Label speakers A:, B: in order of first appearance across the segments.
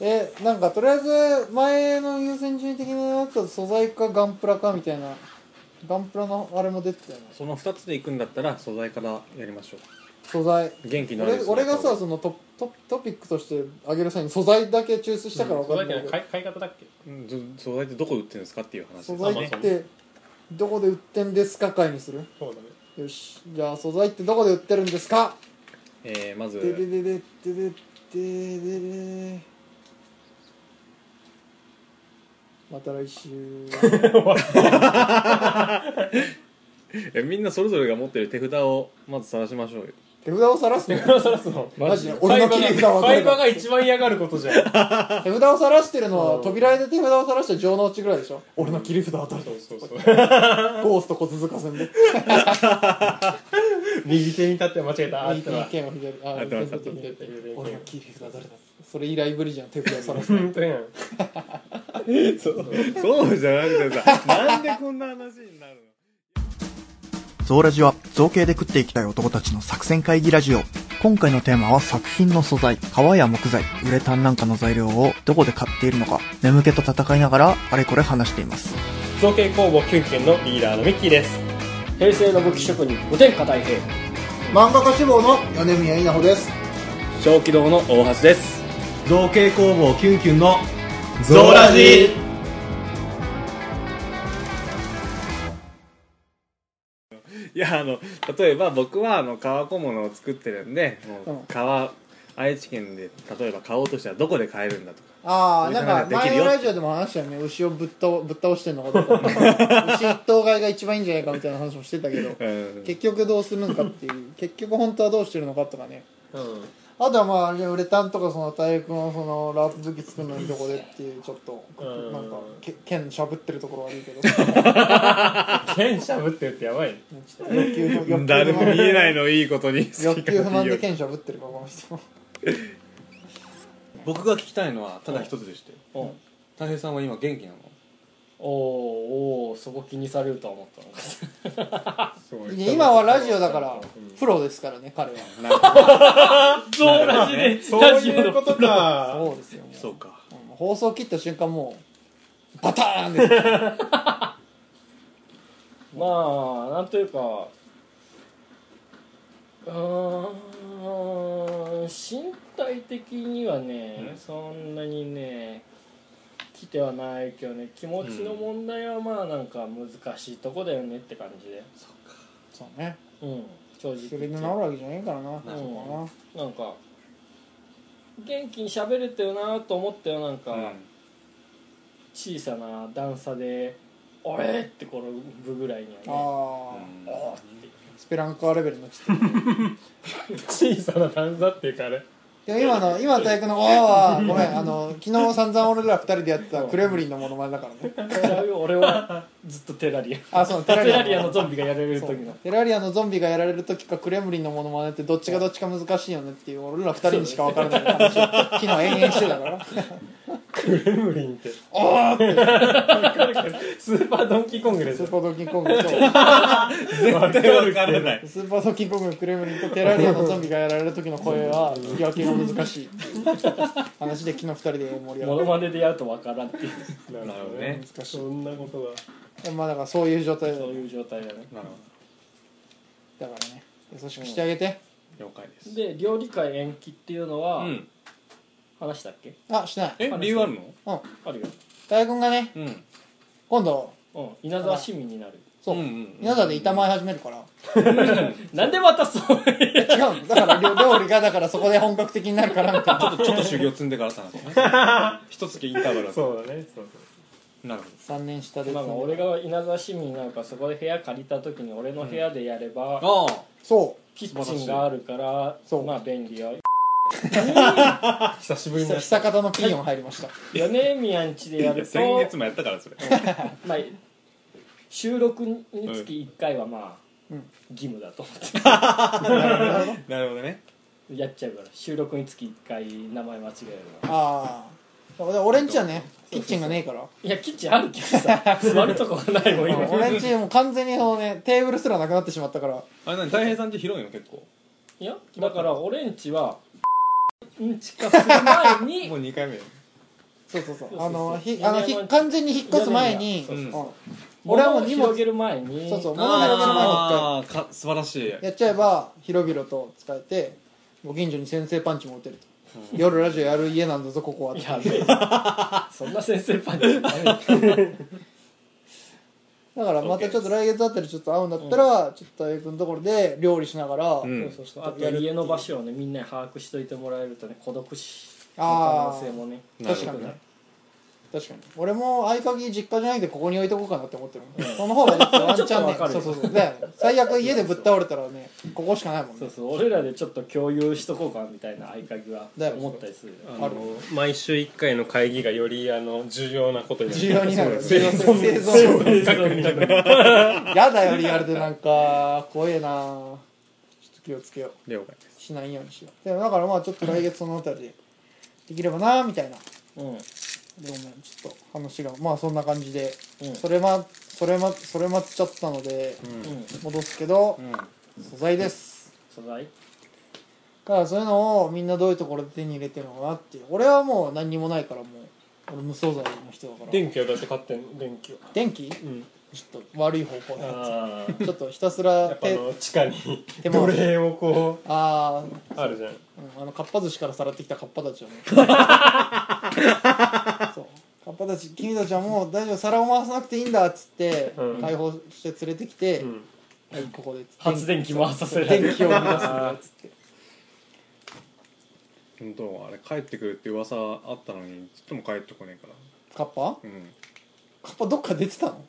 A: えなんかとりあえず前の優先順位的なやつだと素材かガンプラかみたいなガンプラのあれも出てたよね
B: その2つで行くんだったら素材からやりましょ
A: 素材
B: う元気のある
A: 俺
B: やつ
A: 俺がさそのトトトピックとして上げる際に素材だけ抽出したから分か
C: それ
A: ん
C: だ
A: ない
C: け
A: け
C: ど
A: ど
C: 買い買い方だっけ
B: うんず素材ってどこ売ってるんですかっていう話
A: 素
B: です
C: そう
A: 材ってどこで売ってんですか会にする
C: そうだね
A: よしじゃあ素材ってどこで売ってるんですか
B: えー、ま
A: でで
B: ず
A: でででででででまた来週
B: えみんなそれぞれが持ってる手札をまず晒しましょうよ
A: 手札を晒すね
C: 手札さらすの
A: マジで俺の切り札は
C: ファ
A: 誰
C: イバ
A: だ
C: ーが一番嫌がることじゃん
A: 手札を晒してるの
C: う
A: は
C: ん
A: 扉絵で手札を晒した情の落ちぐらいでしょ俺の切り札は誰だ
C: そう そうそう
A: ゴースト小鈴鹿戦で
C: 右手に立って間違えたあ
A: 右手に剣を左あ
B: あ
A: 右
B: と
A: 手
B: は
A: に剣を左手
C: 左手
A: 俺の切り札は誰だそれ以来ぶりじゃん手札を晒すの
C: 本当やん
B: そうじゃなくてさなんでこんな話になるの
D: ゾウラジは造形で食っていきたい男たちの作戦会議ラジオ。今回のテーマは作品の素材、革や木材、ウレタンなんかの材料をどこで買っているのか、眠気と戦いながらあれこれ話しています。
C: 造形工房キュンキュンのリーダーのミッキーです
E: 平成の武器職人五天下太平
D: 漫画家志望の米宮稲穂です。
B: 小気道の大橋です
F: 造形工房キュンキュンの
B: ゾウラジいやあの例えば僕はあの革小物を作ってるんで
A: う
B: も
A: ん
B: う革愛知県で例えば買おうとしたらどこで買えるんだとか
A: ああなんか
B: でき
A: 前
B: る
A: の
B: よ
A: ラジオでも話したよね牛をぶっとぶっ倒してんのかどうか牛一頭買いが一番いいんじゃないかみたいな話もしてたけど
B: うん
A: 結局どうするのかっていう結局本当はどうしてるのかとかね
C: うん
A: あとはまああれウレタンとかその大陸のそのラープ武器作るのにどこでっていうちょっと
C: うん
A: なんかけ剣しゃぶってるところ悪いけど
C: 剣しゃぶってるってやばいね
A: ちょっと欲求不満
B: 誰も見えないいのいいことに
A: 欲求不満 で剣しゃぶってるかこの人
B: 僕が聞きたいのはただ一つでして
E: お
B: 大平さんは今元気なの
E: おーおーそこ気にされるとは思ったのか
C: すごい
A: いや今はラジオだからプロですからね彼は
E: そうラジで
C: そういうことか
A: そうですよもう
B: そうか
A: うん放送切った瞬間もうバターンですよ
E: まあなんというかうーん身体的にはねそんなにね来てはないけどね気持ちの問題はまあなんか難しいとこだよねって感じで
A: そうね
E: うん正直
A: それで治る
E: な
A: わけじゃねえからなそうか
E: るほんか元気に喋れてるなと思ったよなんか、小さな段差で「おえ!」って転ぶぐらいには
A: な
E: ね
A: ああスペランカーレベルのちょっと
C: 小さな段差っていうかあれ
A: でも今の今の体育の「おーはごめんあの昨日散々俺ら二人でやってたクレムリンのものまねだからね
E: 違うよ俺はずっとテラリア
A: あそうテ
E: テ
A: ラ
E: ラリ
A: リ
E: ア
A: ア
E: の
A: の
E: ゾンビがやられる
A: そう
E: 時の
A: テラリアのゾンビがやられる時かクレムリンのものまねってどっちがどっちか難しいよねっていう俺ら二人にしか分からない話を昨日延々してたから
C: クレムリンってああスーパードンキーコングです
A: スー
C: 絶
A: パードキンコングと
C: 対わ
B: 分からない
A: スーパードキンコングのクレムリンとテラリアのゾンビがやられる時の声は聞き分けが難しいっていう話で昨日二人で盛り上が
E: モ
A: っ
E: ノマネでやるとわからんっていう
C: なる
B: なるほどね
C: そんなことが
A: たまあだからそういう状態だ
E: そう
A: よ
E: いう状態だね
B: なるほ
A: だからね優しくしてあげて、
B: ど了解です
E: で料理会延期っていうの
B: う
E: は、
B: ん
E: 話したっけ
A: あしない
B: え理由あるの
A: うん
E: あるよ、
A: 大君がね
B: うん
A: 今度
E: うん、稲沢市民になる
A: そう、
B: うんうん
A: 皆さんで板前始めるから
E: なんでまたそういう
A: 違うのだから料料理がだからそこで本格的になるからみたいな
B: ちょっと修行積んでからさなきゃね 一月インターバルだと
C: そうだねそう
B: なるほ
A: 3年下で
E: なんか俺が稲沢市民になるからそこで部屋借りた時に俺の部屋でやれば、
B: どあ
A: そ
E: キッチンがあるから
A: そう
E: まあ便利よ
C: そう久しぶ
A: う
C: りにや
A: 久
C: っ
A: 久方のピーヨン入りました
E: 米宮んちでや
B: あ
E: ると
B: 先月もやったからそれ
E: まあ、収録につき1回はまあ、
A: うん
E: 義務だと思 っ
B: なるほどね
E: て やっちゃうから収録につき1回名前間違えるな
A: ああ俺んちはねキッチンがねえから
E: いやキッチンあるけどさ座るとこがないもん今
A: 俺んちもう完全にそのねテーブルすらなくなってしまったから
B: あれ何大平さんって広いの結構
E: いやだから俺んちはうんちかする前
B: も
E: に
B: う2回目
A: そうそうそう
E: そうそう
A: あのひ
E: 屋
A: あ
E: 根
A: のひ
E: 裏に
A: 完全に引っ越す前に
E: 屋根
B: 裏
A: うん俺はもう荷
E: 物を
A: 物
E: 広げる前に
A: そうそう物を広げる前に一回
B: ああか素晴らしい
A: やっちゃえば広々と使えてご近所に先生パンチも打てると夜ラジオやる家なんだぞここはって
E: やべえそんな先生パンチダメだ
A: だからまたちょっと来月あたりちょっと会うんだったら、ちょっと大く君のところで料理しながら、
B: うん
E: そうそうそうあと家の場所をねみんなに把握しといてもらえるとね孤独死の
A: あ
E: 可能性もね
A: ー確かにね確かに俺も合鍵実家じゃないけどここに置いとこうかなって思ってるもん、その方がねワンチャンね
E: ちょっとわかる
A: そうそうそうだよね最悪家でぶっ倒れたらねここしかないもん
E: そ
A: ね
E: うそう俺らでちょっと共有しとこうかみたいな合鍵は
A: だよね
E: 思ったりするよ
C: あの毎週1回の会議がよりあの重要なことにな
A: 重
C: る
A: 要になる生
C: 生
A: 存
C: 存
A: 生存
C: 確認
A: やだよリアルでなんか怖えなちょっと気をつけよう
B: 了解です
A: しないようにしようでもだからまあちょっと来月そのあたりでできればなみたいな
E: うん
A: でごめんちょっと話がまあそんな感じで、
E: うん
A: それまそれまそれまっちゃったので、
E: うん
A: 戻すけど、
B: うん
A: 素材です
E: 素材
A: だからそういうのをみんなどういうところで手に入れてるのかなっていう俺はもう何にもないからもう俺無素材の人だから
C: 電気をどうやって買ってんの電気を
A: 電気
C: うん
A: ちょっと悪い方向だ
C: ああ
A: ちょっとひたすら
C: やっぱあ
A: 手
C: の地下に
A: 手
C: 奴
A: 回し
C: 隷をこ
A: ああ
C: うあるじゃん
A: うん、あのかっぱ寿司からさらってきたかっぱたちはねそうかっぱたち君たちはもう大丈夫皿を回さなくていいんだっつって、
C: うん
A: 解放して連れてきて、
C: うん
A: はいここで
E: 発電機回させられ
A: 電
E: る
A: 気を生み出すんだっつって
B: 本当あれ帰ってくるって噂あったのにちっとも帰ってこねえ
A: カ
B: から
A: ッパ
B: うん
A: カッパどっか出てたの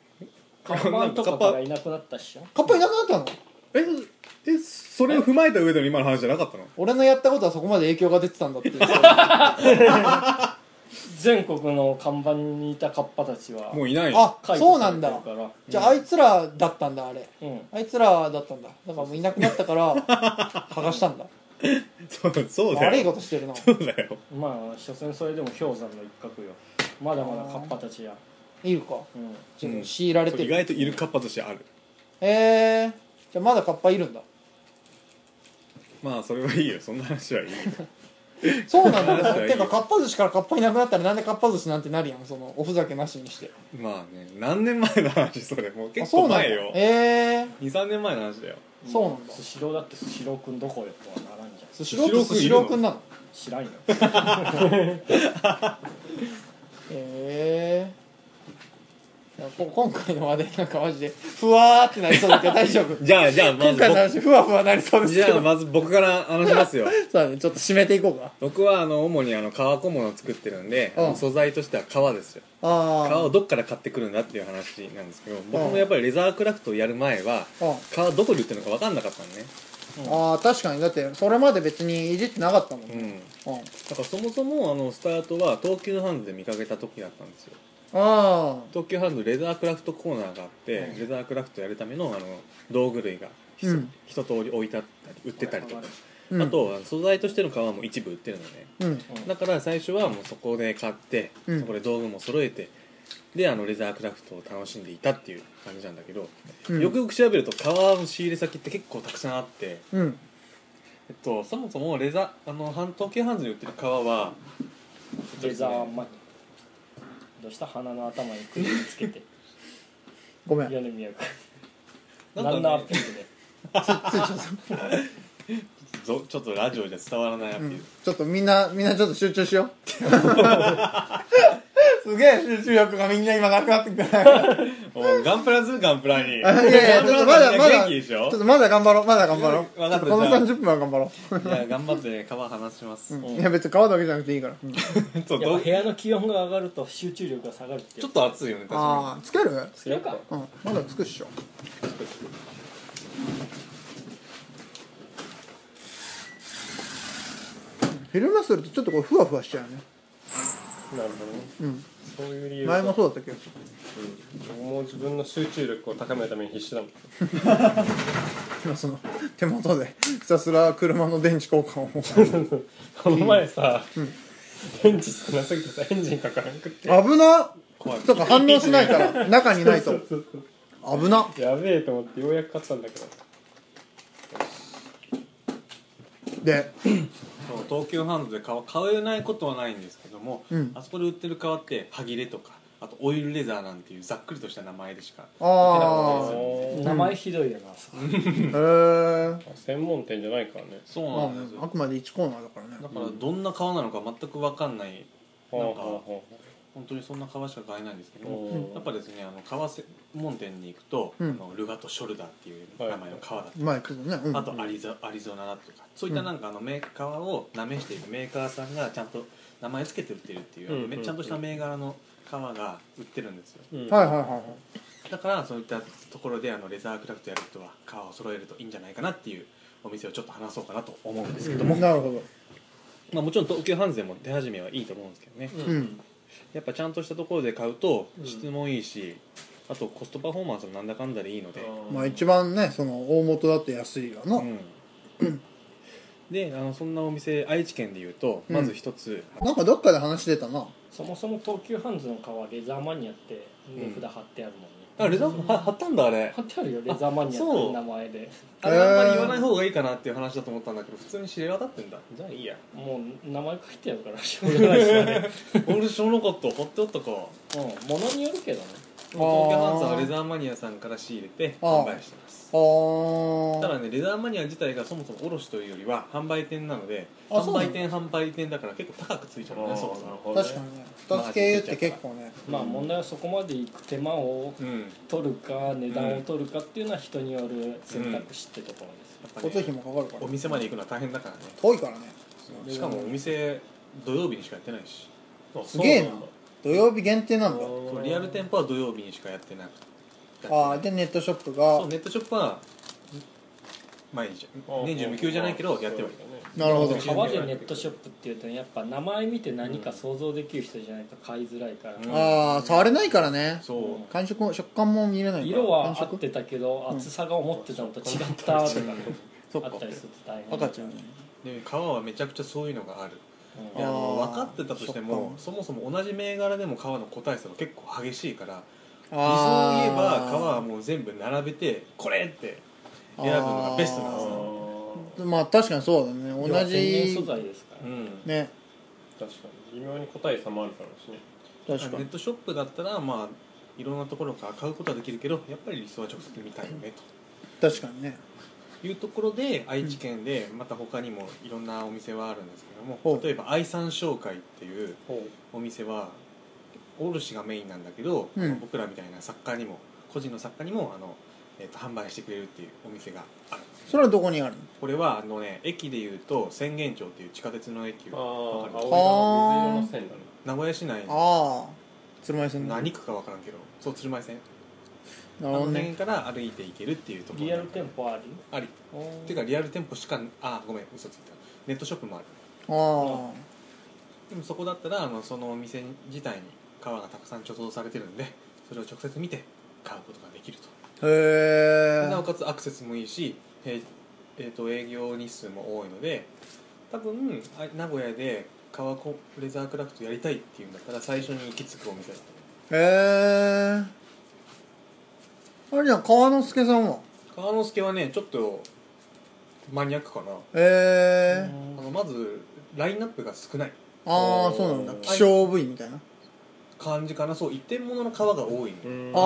E: 看板とかがいなくなったっしょ
A: カッパいなくなったの
B: ええそれを踏まえた上での今の話じゃなかったの
A: 俺のやったことはそこまで影響が出てたんだっていう
E: 全国の看板にいたカッパたちは
B: もういないの
A: あ
E: 解雇
A: そうなん
E: さ
A: だ
E: れてるから
A: じゃああいつらだったんだあれ
E: うん
A: あいつらだったんだだからもういなくなったから剥がしたんだ
B: そうそうだよ
A: 悪いことしてるな
B: そうだよ
E: まあ所詮それでも氷山の一角よまだまだカッパたちや
A: いるか
E: うん
A: ちょっ
B: う
A: と
B: ん
A: 強いられて
B: 意
A: る、
B: 外といるカッパとしてある
A: えー、じゃあまだカッパいるんだ
B: まあそれはいいよそんな話 はいいよ
A: そうなんだ
B: 確か
A: ね
B: に
A: てかかっぱ寿司からかっぱいなくなったらなんでかっぱ寿司なんてなるやんそのおふざけなしにして
B: まあね何年前の話それもう
A: あ
B: 結
A: そ
B: 構
A: うなんだ
B: 前よ
A: え
B: 23年前の話だよ
A: ー、そうなんだ
E: スシローだってスシローくんどこよとはならんじゃん
A: スシローくんスシローくんなの
E: 知らんよ
A: えーいやこ今回の話でなんかマジでふわーってなりそうだ けど大丈夫
B: じゃあじゃあま
A: 今
B: ず
A: 回の
B: 僕
A: 話ふわふわなりそうです
B: じ
A: け
B: ゃあ
A: ど
B: まず僕から話します よ
A: そうだねちょっと締めていこうか
B: 僕はあの主にあの革小物を作ってるんで、あ
A: うん
B: の素材としては革ですよ革
A: あ
B: をどっから買ってくるんだっていう話なんですけど僕もやっぱりレザークラフトをやる前は
A: あ、うん、
B: 革どこで売ってるのか分かんなかったのね
A: あー確かにだってそれまで別にいじってなかったもん
B: う
A: ね、
B: ん
A: うん
B: だからそもそもあのスタートは東急ハンズで見かけた時だったんですよ
A: あ
B: 東急ハンズレザークラフトコーナーがあって、レザークラフトやるためのあの道具類がひそ、
A: うん
B: 一通り置いてあったり売ってたりとか、
A: ー、うん、
B: あとあの素材としての革も一部売ってるのね
A: うん
B: だから最初はもうそこで買って、
A: うん
B: そこで道具も揃えてであのレザークラフトを楽しんでいたっていう感じなんだけど、
A: うん
B: よくよく調べると革の仕入れ先って結構たくさんあって、
A: うん
B: えっと、そもそもレザーあの半東急ハンズで売ってる革は
E: レザーマニどうした鼻の頭に首につけて
A: ごめん
E: 米宮
B: な
E: 君
B: ん
E: ラ
B: かね
E: ンナーアップで
B: ぞちょっとラジオじゃ伝わらないアピール、
A: ちょっとみんな、みんなちょっと集中し よう。すげえ集中力がみんな今なくなってくる。い
B: おガンプラするガンプラにい
A: やいや、ちょっとまだまだ、
B: 元気で
A: ち
B: し
A: ょ
B: ょ
A: っとまだ頑張ろう、まだ頑張ろう。
B: いや分かった
A: ちょっとこの
B: じゃあ
A: 30分は頑張ろ
B: いや頑張ってね革話します、
A: う。いや、別に顔だけじゃなくていいから。
B: ちょっ
E: やっ
B: と
E: ぱ部屋の気温が上がると集中力が下がるって
B: ちょっと暑いよね確か
A: ああ、つける
E: それか
A: うん、まだつくっしょ。フィルムするとちょっとこうふわふわしちゃうね。
C: なるほどね
A: うん。
C: そういう理由
A: 前も
C: か
A: そうだったけど。
C: うんもう自分の集中力を高めるために必死だもん
A: 今その手元でひたすら車の電池交換を。
C: この前さ、エンジン少なすぎてさエンジンかからんくって
A: 危な
B: 怖い
A: そうか反応しないから中にないと
C: そうそう
A: 危な
C: やべえと思ってようやく買ったんだけど
A: で
B: そう東急ハンドで革買えないことはないんですけども、
A: うん
B: あそこで売ってる革って歯切れとかあとオイルレザーなんていうざっくりとした名前でしか
A: あ
B: 売ってなかったりす るんですよ
E: 名前ひどいよな、
A: へえ
C: 専門店じゃないからね
B: そう
A: ま
B: なんです
A: ああ
B: よ
A: くまで1コーナーだからね
B: だからどんな革なのか全く分かんない
C: は
B: な
C: あ
B: ん
C: は
B: か本当にそんな革しか買えないんですけど
C: あ
B: も
C: は
B: やっぱですねあの革専門店に行くと、
A: うん
B: あのルガトショルダーっていう名前の革だったり
A: 前来るねうん
B: あとアリゾアリゾナだとかそういったなんかあのメーカーをなめしているメーカーさんがちゃんと名前つけて売ってるっていう、
C: うんうんうん
B: ちゃんとした銘柄の革が売ってるんですよ
C: いうん
A: はいはいはいはい
B: だからそういったところであのレザークラフトやる人は革を揃えるといいんじゃないかなっていうお店をちょっと話そうかなと思うんですけども、
A: なるほど
B: まあ、もちろん東急ハンズでも手始めはいいと思うんですけどね、
A: うん
B: やっぱちゃんとしたところで買うと
C: うん
B: 質もいいし、あとコストパフォーマンスもなんだかんだでいいので、
A: まあ一番ねその大元だって安いよな
B: うんであのそんなお店愛知県でいうとまず一つ、
A: なんかどっかで話出たな
E: そもそも東急ハンズの顔はレザーマニアって値札貼ってあるもんね、
B: あレザーは貼ったんだあれ
E: 貼ってあるよレザーマニアって
B: そう
E: 名前で
B: あれあんまり言わない方がいいかなっていう話だと思ったんだけど普通に知れ渡ってんだじゃあいいや
E: もう名前書いてあるからしょうがないしね、
B: 俺知らなかった貼ってあったか
E: うん、ものによるけどね
B: 東京ハンズはレザーマニアさんから仕入れて販売してます
A: あ
B: た
A: ー
B: だねレザーマニア自体がそもそも卸というよりは販売店なので
A: あそう
B: 販
A: なの
B: 売店販売店だから結構高くついちゃうのねそもそも
A: 確かにね二つ経由って結構ね
E: まあ問題はそこまで行く手間を
B: うんやっ
E: 取るか値段を取るかっていうのは人による選択肢ってところです、
B: ぱ
A: 交通費
B: ね
A: もかかるか
B: お
A: ら
B: 店まで行くのは大変だからね
A: 遠いからね
B: しかもお店土曜日にしかやってないし
A: すげえな土曜日限定なんだ
B: そうリアル店舗は土曜日にしかやってなくて
A: ああでネットショップ
B: そ
A: が
B: うネットショップは毎日年中無休じゃないけどやってはいる
A: なるほど
B: そう
E: 川でネットショップっていうとやっぱ名前見て何か想像できる人じゃないと買いづらいから、
B: うん
A: ああ触れないからね
B: そう
A: 感触も食感も見れないから
E: 色は合
A: 感触
E: ってたけど厚さが思ってたのと違っ たとかね
B: そっ
E: あ
B: か
E: ったりすると大変
A: 赤ちゃんね
B: で皮はめちゃくちゃそういうのがある
E: うん
B: であの
A: あー
B: 分かってたとしてもそもそも同じ銘柄でも皮の個体差が結構激しいから理想を言えば皮はもう全部並べてこれって選ぶのがベストなはずなの
A: 皮まあ確かにそうだね同
E: 天然素
A: じ
E: 材ですから、
B: うん
A: ね
C: 確かに微妙に個体差もあるからですね
A: 確か
B: ネ
A: に
B: ットショップだったらまあいろんなところから買うことはできるけどやっぱり理想は直接見たいよね
A: 確かにね
B: というところで愛知県でまた他にもいろんなお店はあるんですけど
A: ほ
B: も
A: う
B: 例えば愛産商会っていう
C: ほ
B: お店は卸がメインなんだけど、
A: うん
B: 僕らみたいな作家にも個人の作家にもあの、えっと販売してくれるっていうお店がある
A: それはどこにあるの
B: これはあのね駅でいうと千元町っていう地下鉄の駅
C: ああ
B: わかります
A: あー
C: 青いの水色の線だね
B: 名古屋市内
A: ああ鶴舞線のなる
B: 何区か分からんけどそう鶴舞線あ
A: ほ
B: の
A: ど
B: 辺
A: ね
B: から歩いていけるっていうところ
E: リアル店舗あり
B: ありっていうかリアル店舗しかあごめん嘘ついたネットショップもある
A: あ
B: でもそこだったらあのそのお店自体に皮がたくさん貯蔵されてるんでそれを直接見て買うことができると
A: あへ
B: なお
A: え
B: かつアクセスもいいし、えーえーと営業日数も多いので多分あ名古屋で革コレザークラフトやりたいっていうんだったら最初に行き着くお店
A: へ
B: だ
A: えあれじゃん川之助さんは
B: 川之助はねちょっとマニアックかな
A: へえ
B: あのまずラインナップが少ない
A: ああそうなんだ希少部位みたいな
B: 感じかなそう一点物の革が多いの、
C: うん
A: あ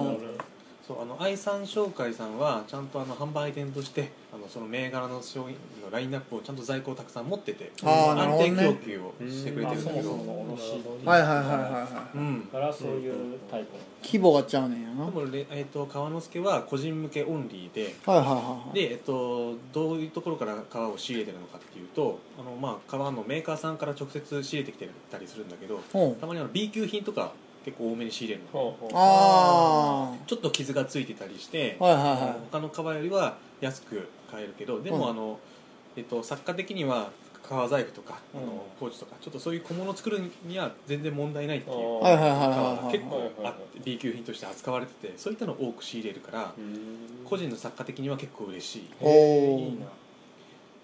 A: ー
C: なるほど
B: そうあの愛産商会さんはちゃんとあの販売店としてあのその銘柄の商品のラインナップをちゃんと在庫をたくさん持ってて
A: あーなる
B: 安
A: ほどね
B: 定供給をしてくれ
E: ま
B: て
E: あ
B: るん
E: そ
B: だ
E: も
B: けど、
E: そもの卸
A: はいはいはいはいはい
B: うん
E: だからそういうタイプの
A: 規模がちゃうねんやな
B: で
A: はい
B: もれ、えっと川之助は個人向けオンリーで
A: はいはいはい
B: で、えっとどういうところから革を仕入れてるのかっていうとあの、まあ、革のメーカーさんから直接仕入れてきてたりするんだけど
A: ほう
B: たまにあの B 級品とか結構多めに仕入れるの
C: ほうほう
A: あ
B: ちょっと傷がついてたりして、
A: あはいはいはい
B: 他の革よりは安く買えるけどで
A: う
B: も
A: ん
B: あの、えっと作家的には革細工とか、あ
E: うん
B: のポーチとかちょっとそういう小物作るには全然問題ないっていう
C: あ
A: はいはいはい
B: 革
A: はいは
B: が
A: い
B: 結構
C: はいはい
B: あっ
C: は
B: て B 級品として扱われててそういったのを多く仕入れるから
C: うん
B: 個人の作家的には結構嬉しい
A: お
E: へ
A: お
E: ーいいな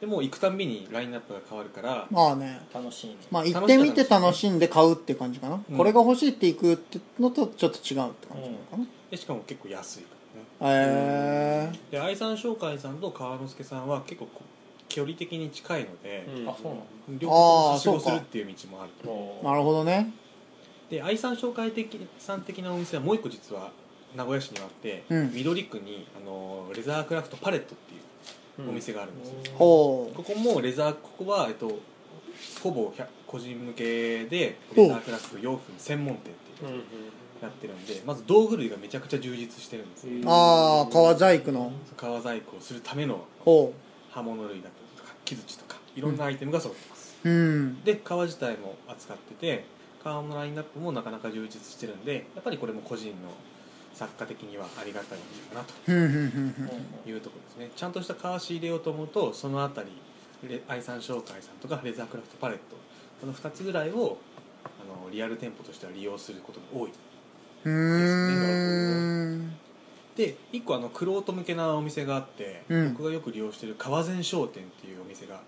B: でも行くたんびにラインナップが変わるから
A: まあね
E: 楽しいね
A: まあ行ってみて楽しんで買うって感じかな、
B: うん
A: これが欲しいって行くってのとちょっと違うって感じなのかな、
B: でしかも結構安いからね
A: へえ
B: で愛産商会さんと川之助さんは結構こ距離的に近いので、
C: うん
E: あそうなんだ
B: 両方はしごするっていう道もあると
A: なるほどね
B: で愛産商会的さん的なお店はもう一個実は名古屋市にはあって、
A: うん
B: 緑区にあのレザークラフトパレットっていうお店があるんですよ、
A: ほ
B: ここもレザーここは、えっと、ほぼ100個人向けでレザークラフト洋服の専門店っていう
C: うんうん
B: なってるんでまず道具類がめちゃくちゃ充実してるんですよ、
A: うああ革細工の
B: 革細工をするための
A: ほ
B: 刃物類だったりとか木槌とかいろんなアイテムが揃ってます、
A: ううん
B: で革自体も扱ってて革のラインナップもなかなか充実してるんでやっぱりこれも個人の作家的にはありがたいんじゃないかな
A: ふんふんふんふん
B: というところですねちゃんとした革仕入れようと思うとそのあたりレ愛産商会さんとかレザークラフトパレットこの2つぐらいをあのリアル店舗としては利用することが多い
A: ふーん
B: で1個あのクロート向けなお店があって、
A: うん
B: 僕がよく利用してる川前商店っていうお店が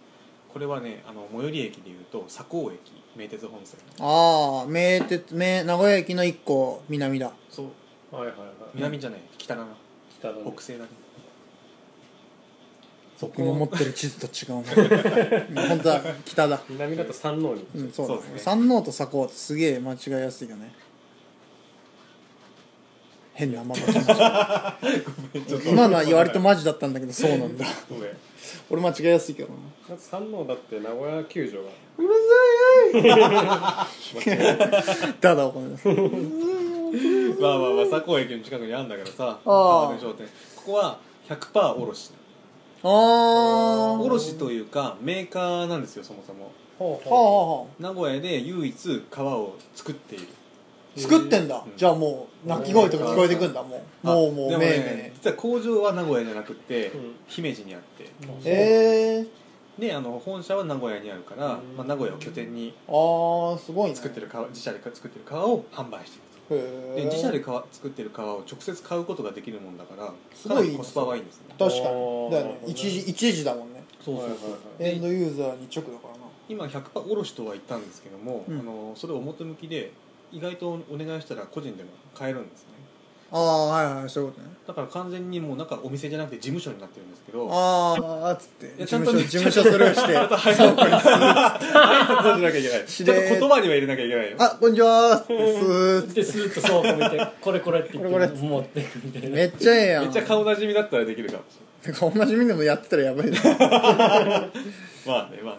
B: これはねあの最寄り駅でいうと佐向駅名鉄本線
A: ああ名鉄名名古屋駅の一個南だ
B: そう
C: はいはいはい
B: 南じゃない、北だな
C: 北だね
B: 北西だね
A: 僕の持ってる地図と違うな本当だ北だ
C: 南だと三能に
A: うんそうだ
B: そうですね
A: 山王と佐高ってすげえ間違いやすいよね変なまま今のは割とマジだったんだけどそうなんだ
C: ごめんだ
A: 俺間違いやすいけどな
C: って三能だって名古屋球場が
A: だだお金です
B: まあまあまあ佐向駅の近くにあるんだけどさ
A: あー
B: 川前商店ここは100%卸
A: ああは
B: 卸というかメーカーなんですよそもそも
A: あは
B: 名古屋で唯一革を作っている
A: あ作ってんだ
B: うん
A: じゃあもう鳴き声とか聞こえてくんだもうもうも
B: あで
A: うめい
B: ね
A: めい
B: 実は工場は名古屋じゃなくて、
C: ん
B: 姫路にあって
A: ええ
B: であの本社は名古屋にあるから、
C: うん
B: まあ、名古屋を拠点に
A: ああすごいね
B: 作ってる革自社で作ってる革を販売している
A: へ
B: で
A: え
B: 自社で革作ってる革を直接買うことができるもんだから
A: す
B: か
A: ご
B: ないりコスパはいいんですね
A: 確かにだ
C: おー
A: よね一時一時だもんね
B: そうそうそう、
A: エンドユーザーに直だからな
B: 今100%卸とは言ったんですけども、
A: うん
B: あのそれを表向きで意外とお願いしたら個人でも買えるんですね
A: ああはいはいそういうことね
B: だから完全にもうなんかお店じゃなくて事務所になってるんですけど
A: あーあーっつって
B: い
A: 事
B: やちゃん
A: 務
B: と
A: 所事務所スルーして
B: はい、そうか。挨拶しなきゃいけない。
A: し
B: ちょっと
A: れー
B: 言葉には入れなきゃいけないよ。
A: あこんにちはーっつってスーッ
E: でスーッと倉庫見て「これこれ」って言
A: これ
E: っ
A: こ
E: て
A: れ
E: 持ってくみたいな
A: めっちゃええやん
B: めっちゃ顔なじみだったらできるかもし
A: なんか同じみでもやってたらやばいな
B: れない。まあね、まあね。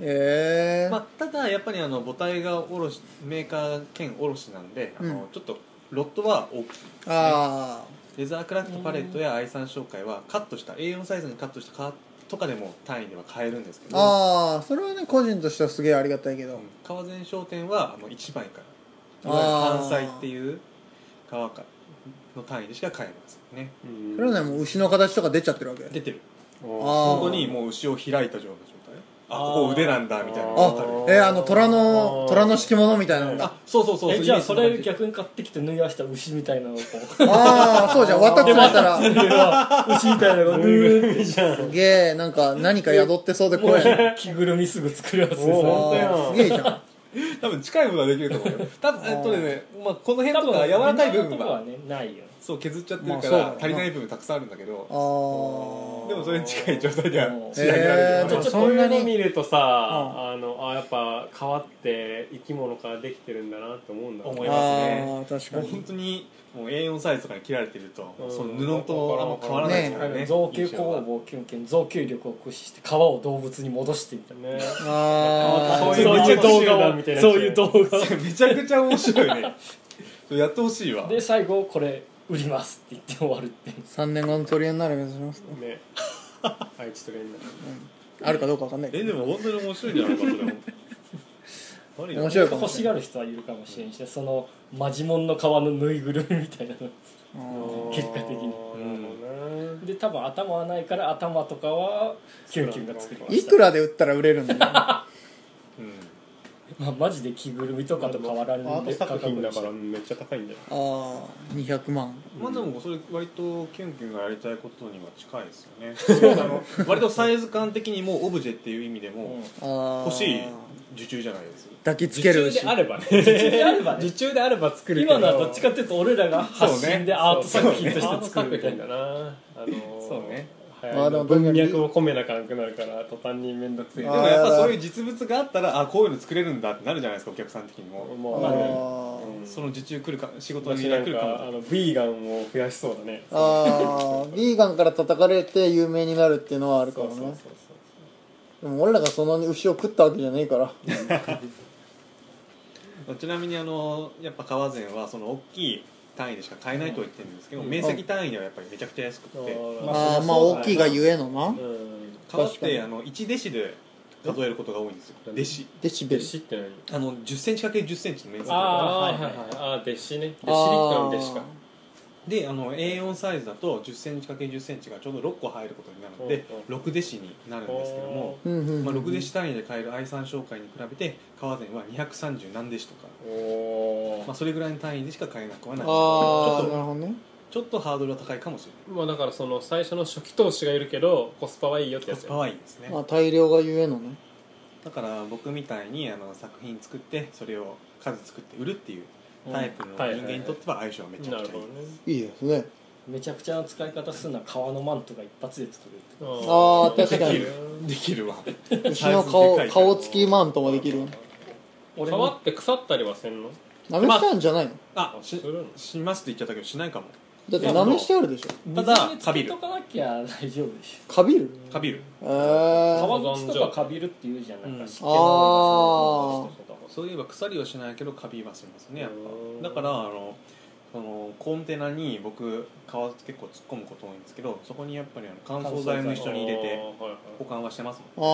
A: ええ
B: まあ、ただ、やっぱりあの、母体が卸、メーカー兼卸なんで、あの、
A: う
B: ちょっと、ロットは大きい。
A: あ
B: レザークラフトパレットや愛産商会は、カットした、A4 サイズにカットした革とかでも単位では買えるんですけ
A: あ
B: ど、
A: ああそれはね個人としてはすげえありがたいけど、
B: うん革前商店は、あの、1枚から、い
A: あ
B: わ
A: ー
B: ゆる単細っていう革かの単位でしか買えませんね。
A: それはねもう牛の形とか出ちゃってるわけ
B: 出てる。
A: あー
B: 本当にもう牛を開いたような状態あここ腕なんだみたいなのがわかる
A: あえー、あの虎の
C: あー
A: 虎の敷物みたいなのだ
B: あそうそうそう
E: えじゃあ
B: イメージ
E: そ
B: んな感
E: れ逆に買ってきて縫い合わせた牛みたいなのをこう
A: ああそうじゃん綿詰めたら
E: でまあ牛みたいなのが縫うってじゃん
A: すげえなんか何か宿ってそうで怖いな
E: 着ぐるみすぐ作るやつです
C: おー
E: よ
C: 本当や
A: あーすげえじゃん
B: じ多分近いものはできると思うよ多分えっとね、まあ、この辺とか柔らかい部分
E: は
B: は
E: ねないよ
B: そう削っちゃってる
A: ま
B: か
A: あ
B: ら
A: そうだな
B: 足りない部分たくさんあるんだけど
A: ああ
B: でもそれに近い状態では
E: うん
B: 仕上げられ
A: え
B: る
A: ー
B: と
A: で
B: 思
A: も
B: う
A: そん
C: そうい
A: な
C: う
A: に
C: の見るとさ、
A: ん
C: あのあやっぱ川って生き物からできてるんだなって思うんだ
B: 思い
A: あ
B: ます
A: ー確か
B: もう本
A: に
B: 当にもう A4 サイズとかに切られてると、
C: うん
B: その布とあんま変わらないですからね
E: 造形工房キュンキュン造形力を駆使して皮を動物に戻してみたいな
C: ね
A: ああ
C: そういう動画を
E: そういう動画を
B: めちゃくちゃ面白いねそれやってほしいわ
E: で最後これ売りますって言って終わるっていう
A: 3年後の取り柄になる目指しますか
C: ね愛知と連絡
A: あるかどうかわかんないけ
B: え
A: ど
B: でも本当に面白いんじゃないかそれもあり だね
A: 面白いかも
E: 欲
A: し
E: し
A: れない
E: がる人はいるかもしれんしそのマジモンの皮のぬいぐるみみたいなの結果的に
C: なるほどね
E: で多分頭はないから頭とかはキュンキュンが作りま
A: い
E: した
A: くらで売ったら売れるんだよ
B: うん
E: まあ、マジで着ぐるみとかと変わらん
C: アート
E: で
C: 作品だか
E: 価格
C: らめっちゃ高いんだよ
A: ああ200万
B: まあでもそれ割とキュンキュンがやりたいことには近いですよねあの割とサイズ感的にもうオブジェっていう意味でも
A: ああ
B: 欲しい受注じゃないです
A: 抱きつける
C: 受
A: し
C: 注であればね
E: にしてあればね
C: 受注であれば作るけど
E: 今のはどっちかっていうと俺らが発信でアート作品として
C: アート
E: 作る
C: 作
E: みたい
C: 品だ
E: な
C: なあのー
B: そうね
C: 流はい
A: まあでも
C: 文脈を込めなきゃなくなるから途端に面倒くせえ
A: あ
B: で
A: ー
B: もやっぱそういう実物があったらあこういうの作れるんだってなるじゃないですかお客さん的にも、
C: もう
A: あ
C: まあね
A: ー
B: その受注来るか仕事に
C: 私
B: 来
C: なん
B: るかも
C: かあのビーガンを増やしそうだね
A: あービーガンから叩かれて有名になるっていうのはあるか
C: そう
A: も
C: そう
A: ね
C: そうそう
A: でも俺らがその牛を食ったわけじゃねえから
B: ちなみにあのやっぱ川膳はその大きい単位でしか買えないとは言ってるんですけど、面積単位ではやっぱりめちゃくちゃ安くって、
C: ー
A: ああーまあ大きいがゆえのな
C: うん
B: 川っ
A: 確かに
B: てあの1弟子で数えることが多いんですよ
C: え
B: 弟子
A: デシベ
C: 弟
A: ル
C: 子って何
B: あの1 0ンチ ×1 0ンチの面積
C: あ
E: あ
C: あ
E: ー
C: ーはいはいはいああ弟子ね弟子
A: あー
C: リットの弟子か
B: であの A4 サイズだと1 0ンチ ×1 0ンチがちょうど6個入ることになるので
C: う
B: 6弟子になるんですけども、
A: うんうんうん
B: まあ、6弟子単位で買える愛産商会に比べて川膳は230何弟子とか、
C: おお
B: まあ、それぐらいの単位でしか買えなくはない
A: あ
B: ちょ
A: あ
B: っ
A: な
B: と
A: るほどね
B: ちょっとハードルは高いかもしれない
C: まあだからその最初の初期投資がいるけどコスパはいいよってや
B: コ
C: つ
B: ス
C: や
B: パはいいですね
A: まあ大量がゆえのね
B: だから僕みたいにあの作品作ってそれを数作って売るっていうタイプの人間にとっては相性はめちゃ
C: な
B: く
C: る
B: ちゃい
C: ほ
B: い
C: どね
A: いいですね
E: めちゃくちゃな使い方するのは革のマントが一発で作れるって
A: あー確かに
C: できる
B: できるわ
A: 牛の
B: サ
A: 顔
B: イズでかいから
A: 顔つきマントもできる
E: 俺
C: 皮
E: も
C: って腐ったりはせんの
A: なめしたんじゃないの
B: あ
C: す
B: し
C: るの
B: しますって言っちゃったけどしないかも
A: だってなめしてあるでしょ
B: ただ
E: 水につ
B: カビ
E: け
B: る
E: とかなきゃ大丈夫でしょ
A: カビる
B: カビる
A: ええ
E: 革
A: ー、
E: 靴とかカビるって言うじゃんなんか湿気の
A: あー
B: そういえば鎖はしないけどカビはしますねやっ
C: うん
B: ぱだからあのそのコンテナに僕革結構突っ込むこと多いんですけどそこにやっぱりあの乾燥剤も一緒に入れて保管はしてますも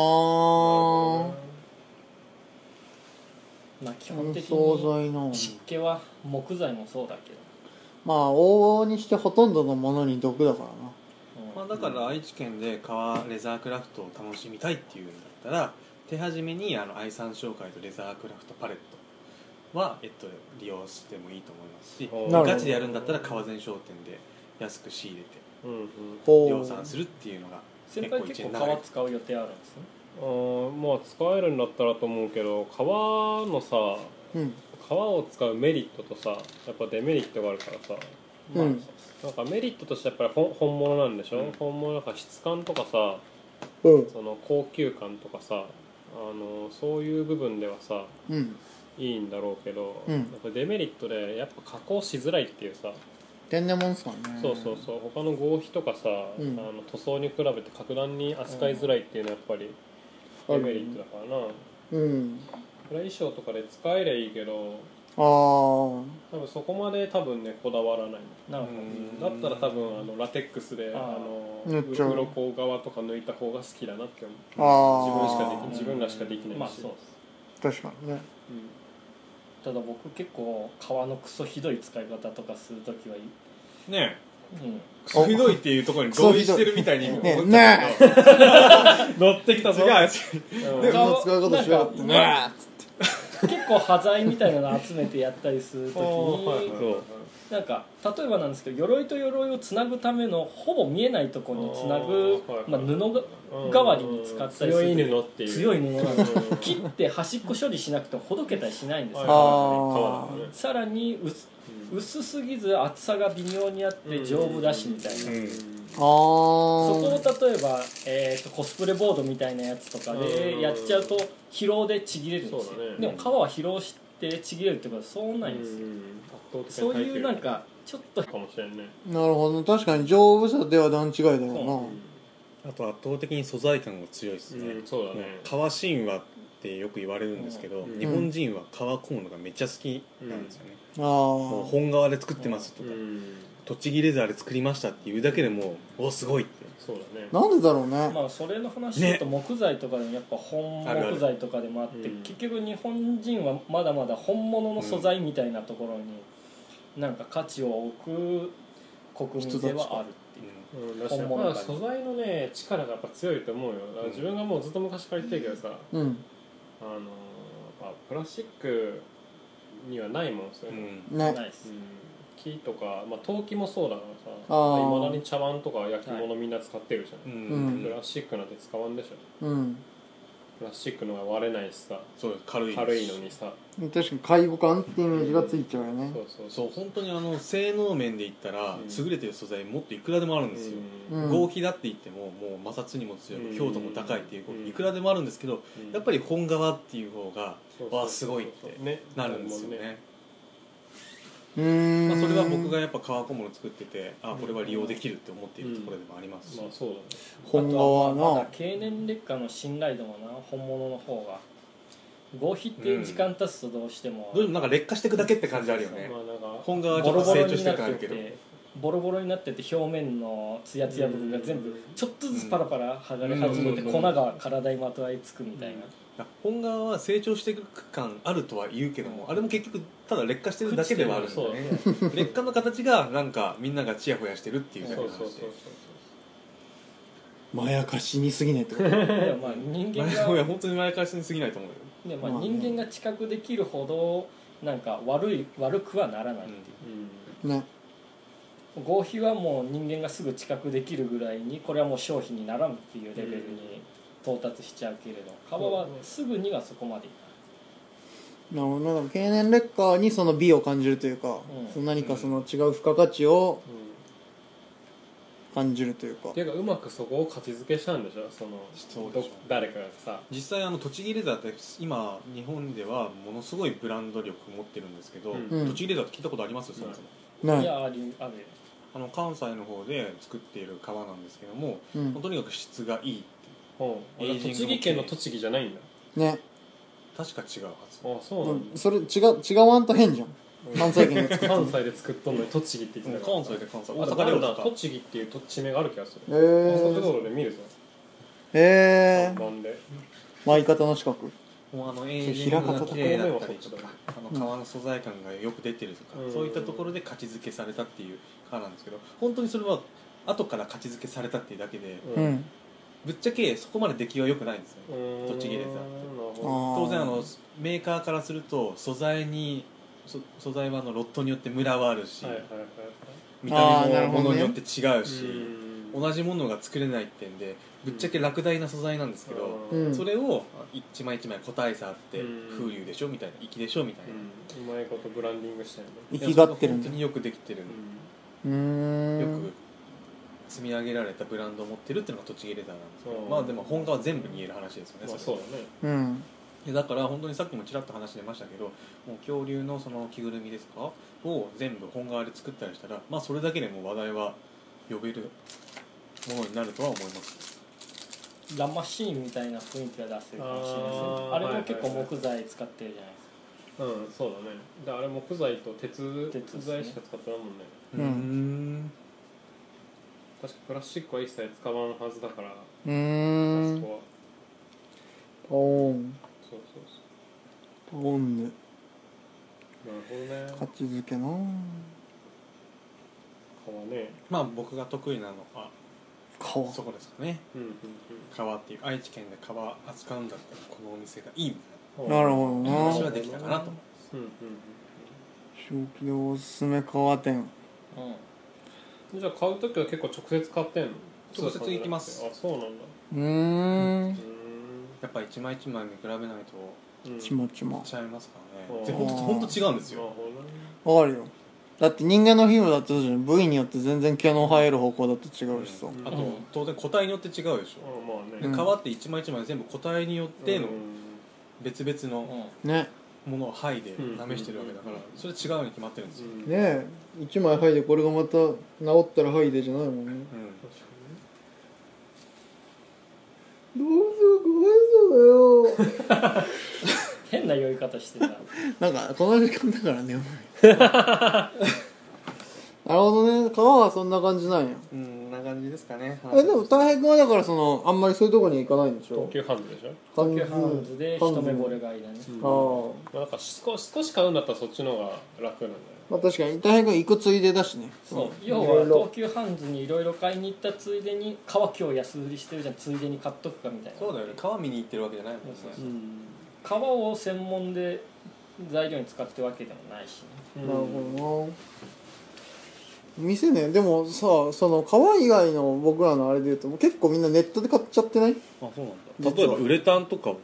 B: ん
A: あー
E: まあ基
A: 乾
E: 本的
A: 燥
E: に
A: 剤の
E: 湿気は木材もそうだけど
A: まあ往々にしてほとんどのものに毒だからな
B: まあ、だから愛知県で革レザークラフトを楽しみたいっていうんだったら手始めにあの愛産商会とレザークラフトパレットは、えっと、利用してもいいと思いますし
C: ほう
A: なるほど
B: ガチでやるんだったら革全商店で安く仕入れて
C: うん
A: ほ
B: 量産するっていうのが
E: 先輩結構革使う予定あるんですね
C: うんまあ使えるんだったらと思うけど皮のさ
A: うん
C: 皮を使うメリットとさやっぱデメリットがあるからさ
A: う
E: まあ
A: ん
C: なんかメリットとしてやっぱり本本物なんでしょ、
B: うん
C: 本物なんか質感とかさ
A: うん
C: その高級感とかさあのそういう部分ではさ
A: うん
C: いいんだろうけど、
A: うん
C: やっぱデメリットでやっぱ加工しづらいっていうさ、
A: 天然もんっすからね
C: そうそうそう他の合皮とかさ、
A: うん
C: あの塗装に比べて格段に扱いづらいっていうのはやっぱりデメリットだからな、
A: うん
C: これは衣装とかで使えりゃいいけど
A: あー
C: 多分そこまで多分ねこだわらない
E: なるほ
C: だったら多分あのラテックスで
E: あ
C: あ
E: ー
C: の
A: 塗っちゃう
C: 鱗側とか抜いた方が好きだなって思う
A: あー
C: 自分しかでき
E: ん
C: 自分らしかでき
E: ど
C: な
E: ま
C: い
E: あ
C: し、
E: そう
A: 確かにね
E: ただ僕結構革のクソひどい使い方とかするときはいい、
B: ね
E: うん、
B: クソひどいっていうところに同意してるみたいに思っちゃうけど
A: ね
C: 乗ってきたぞ
B: 違う
C: うん
A: でこの使い方しやがってね
E: 結構端材みたいなの集めてやったり するときに、
C: そう
E: なんか例えばなんですけど鎧と鎧をつなぐためのほぼ見えないところにつなぐ
C: あーはい
E: まあ、布が
C: うん
E: 代わりに使ったりする
C: 強い布っていう
E: 強い
C: 布
E: 布なんですよ切って端っこ処理しなくてほどけたりしないんですよ
A: あー
E: さらに薄薄すぎず厚さが微妙にあって丈夫だしみたいな、
B: うん
A: あー
E: そこを例えば、えー、とコスプレボードみたいなやつとか
C: うん
E: でやっちゃうと疲労でちぎれるんですよ
C: そうだね
E: でも革は疲労してちぎれるってことはそうないんですよ、そういうなんかちょっと
C: かもしれんね
A: なるほど確かに丈夫さでは段違いだろうな
E: そ
B: あと圧倒的に素材感が強いですね、
C: うんそうだね
B: 革神話ってよく言われるんですけど、
C: うん
B: 日本人は革小物がめっちゃ好きなんですよね、
A: あ
B: もう
A: ー
B: 本革で作ってますとか、
C: うん
B: 栃木レザーで作りましたっていうだけでもうおすごいって
C: そうだね
A: なんでだろうね
E: まあそれの話だと木材とかでもやっぱ本
B: あるある
E: 木材とかでもあって
C: うん
E: 結局日本人はまだまだ本物の素材みたいなところになんか価値を置く国民性はあるっていう
C: うん、だしやっ
E: 本物
C: ぱ
E: だね
C: 素材のね力がやっぱ強いと思うよだから自分がもうずっと昔から言ってるけどさ、
A: うん
C: あのーやっぱプラスチックにはないもんですよ、
B: う
C: うん
B: ん
A: ね
E: ないです
C: 木とか、まあ、陶器もそうだから
A: あ
C: さ
A: ー
C: いまだに茶碗とか焼き物みんな使ってるじゃん、
B: うん
A: うん
C: プラスチックなんて使わんでしょ
A: うん
C: プラスチックのが割れないしさ
B: そう軽いです
C: 軽いのにさ
A: 確かに介護感ってイメージがついちゃうよね
C: そうそう
B: そう本当にあの性能面で言ったら、
C: うん
B: 優れてる素材もっといくらでもあるんですよ、
A: うん
B: 合皮だって言ってももう摩擦にも強
C: うん
B: い強度も高いっていうこ
C: う
B: うんいくらでもあるんですけど
C: うん
B: やっぱり本革っていう方が
C: そうそう
B: わあすごいって
C: ね
B: なるんですよね
A: うーん
B: まあ、それは僕がやっぱ革小物作っててあこれは利用できるって思っているところでもありますし、
C: まあそうだね
A: 本
E: あ
A: 側
E: とはま
A: は
E: だ経年劣化の信頼度もな本物の方が合皮って時間経つとどうしても、
B: どうしてもなんか劣化していくだけって感じあるよね
C: まあなんか
B: 本革はち
E: ボ
B: ょっ
E: ロ
B: と
E: ボ
B: 成
E: ロ
B: 長して
E: にな
B: る
E: っ
B: 感あ
E: て
B: るけど
E: てボロボロになってて表面のツヤツヤ部分が全部ちょっとずつパラパラ剥がれ始めて
B: うん
E: 粉が体にまとわりつくみたいな
B: 本革は成長していく感あるとは言うけどもあれも結局ただ劣化してるだけではあるんだ
C: そう
B: よ
C: だ
B: ね
C: ね
B: 劣化の形がなんかみんながチヤホヤしてるっていう
C: そ
B: だ
C: う
B: け
C: そ
B: の
C: うそ
B: 話
C: う
B: で
D: まやかしにすぎねえってこと
E: でもまあ人間
B: いや
E: が
B: 本当に前からしに過ぎないと思うよ、
E: でまあ人間が知覚できるほどなんか悪い悪くはならない、
B: う
C: う
A: なね
E: 合皮はもう人間がすぐ知覚できるぐらいにこれはもう商品にならんっていうレベルに到達しちゃうけれど皮はすぐにはそこまでいか
A: なるほどなんか経年劣化にその美を感じるというか、
E: うん
A: その何かその違う付加価値を
C: ん
A: 感じるというか、
C: ていうかうまくそこを価値付けしたんでしょその
B: そうでしょ
C: ど誰かがさ
B: 実際あの栃木レザーって今日本ではものすごいブランド力持ってるんですけど、
C: うん
A: うん
B: 栃木レザーって聞いたことありますそもそも、
E: な
A: な
E: いい
A: い
E: やあるあるよ
B: あの関西の方で作っている革なんですけども、
A: うん
B: とにかく質がいいって
C: うん
B: エイジングも
C: 栃木県の栃木じゃないんだ
A: ね
B: 確か違うはず
C: あそうなんだ
A: それ違う違わんと変じゃん関西圏で 作ったの
C: 関西で作っとんのに栃木って言ってた
B: 関西で関西大
C: 大
B: 阪
C: 阪
B: で
C: で
B: 大
C: も
B: 阪
C: な栃木っていうと地名がある気がする
A: え
C: 高速道
A: ー、
C: 路で見るぞ
A: え
C: 看
A: ー、
C: 板で
A: 舞い方の近く
B: もうあのエイジングが綺麗だったりとかあの
A: うん
B: 革の素材感がよく出てるとか、
C: うん
B: そういったところで価値付けされたっていう革なんですけど本当にそれは後から価値付けされたっていうだけで、
A: うん、
B: ぶっちゃけそこまで出来は良くないんですよ、
C: うん
B: 栃木でさ
C: なる
A: あ
C: ほ
A: ー
B: 当然あのメーカーからすると素材にそ素材はあのロットによってムラはあるし、
C: どはいはいはいはい
B: 見た
A: あーな
B: 目
A: る
B: も
A: ほ
B: も
A: ど
B: の
A: ね
B: によって違うし
C: うん
B: 同じものが作れないってんでぶっちゃけ落第な素材なんですけど、
A: うん
B: それを一枚一枚個体差あって
C: うん
B: 風流でしょみたいな粋でしょみたいな、
C: うんうまいことブランディングしてんの
A: 生きがってる
B: い
A: ん
B: やそれが本
A: だ
B: 当によくできてる、
A: うーん
B: よく積み上げられたブランドを持ってるっていうのが栃木レザーなんですけど、
C: うん
B: まあでも本家は全部に言える話ですよね、
C: まあ
B: そ
C: そ
B: れ
C: う
B: は
C: だね
A: うん
B: いやだから本当にさっきもちらっと話出ましたけどもう恐竜のその着ぐるみですかを全部本革で作ったりしたらまあそれだけでもう話題は呼べるものになるとは思います
E: ラマシーンみたいな雰囲気が出せるかもしれないですね
C: あー
E: あれも結
C: はいはい
E: 構
C: はい
E: 木材使ってるじゃないですか
C: うんそうだねであれ木材と鉄
E: 鉄ですね
C: 材しか使ってないもんね
A: うん
B: ん
C: 確かプラスチックは一切使わんはずだからあ
A: うー
C: そ
A: ん
C: こは
A: ポーン
C: そうそうそ
A: ポーンで
C: うなるほどね
A: 価値づけな
C: 革ね
B: まあ僕が得意なのは
A: 顔
B: そこですかね
C: うんうん
B: 革っていう愛知県で革扱うんだったらこのお店がいいみ
C: うん
A: なるほど
B: たいな
A: な
B: 話はできたかなと思います
C: うんうん
A: 正気でおすすめ革店
C: うんじゃあ買う時は結構直接買ってんの
B: 直接行きます
C: あそうなんだ
A: うー
C: うんん
B: やっぱ一枚一枚見比べない
C: うん
A: ちまちま
B: と違いますから
C: う
B: ね
C: ん
B: でほんとほんと違うんです
C: なる
B: よ
C: ほ
A: わ
C: どね
A: かるよだって人間の皮膚だってそうじゃん部位によって全然毛の生える方向だと違うしさ、
C: うん
B: あと当然個体によって違うでし
C: あ
B: ょ
C: まあね
B: で
A: うん
B: 革って一枚一枚全部個体によっての
C: う
B: 別々の、
E: うん、うん
A: ね
B: ものを剥いで
C: うん
B: 舐めしてるわけだから
C: うん
B: それ違うに決まってるんですよ、
C: ん
A: ねえ一枚剥いでこれがまた治ったら剥いでじゃないもんね
B: うん
A: どうするかわいそうだよ
E: 変な酔い方してた
A: なんかこの時間だ から眠いなるほどね皮はそんな感じなんや
B: うんな感じですかね
A: えでも大平君はだからそのあんまりそういうとこに行かないんでしょ
C: 東急ハンズでしょ
A: 東
E: ハンズで一目惚れがいいだね
A: ああ
C: まあなんか少し少し買うんだったらそっちの方が楽なんだよ
A: まあ確かに大平君行くついでだしね
E: そ
A: う
E: う
A: ん
E: 要
A: いろ
E: はい
A: ろ
E: 東急ハンズにいろいろ買いに行ったついでに皮今日安売りしてるじゃんついでに買っとくかみたいな
B: そうだよね皮見に行ってるわけじゃないもんね
E: そうそう皮を専門で材料に使ってるわけでもないし、ね、
A: なるほどな店ねでもさその革以外の僕らのあれで言うともう結構みんなネットで買っちゃってない
B: あそうなんだ
A: 実
B: 例え
A: は
B: ばウレタンとかは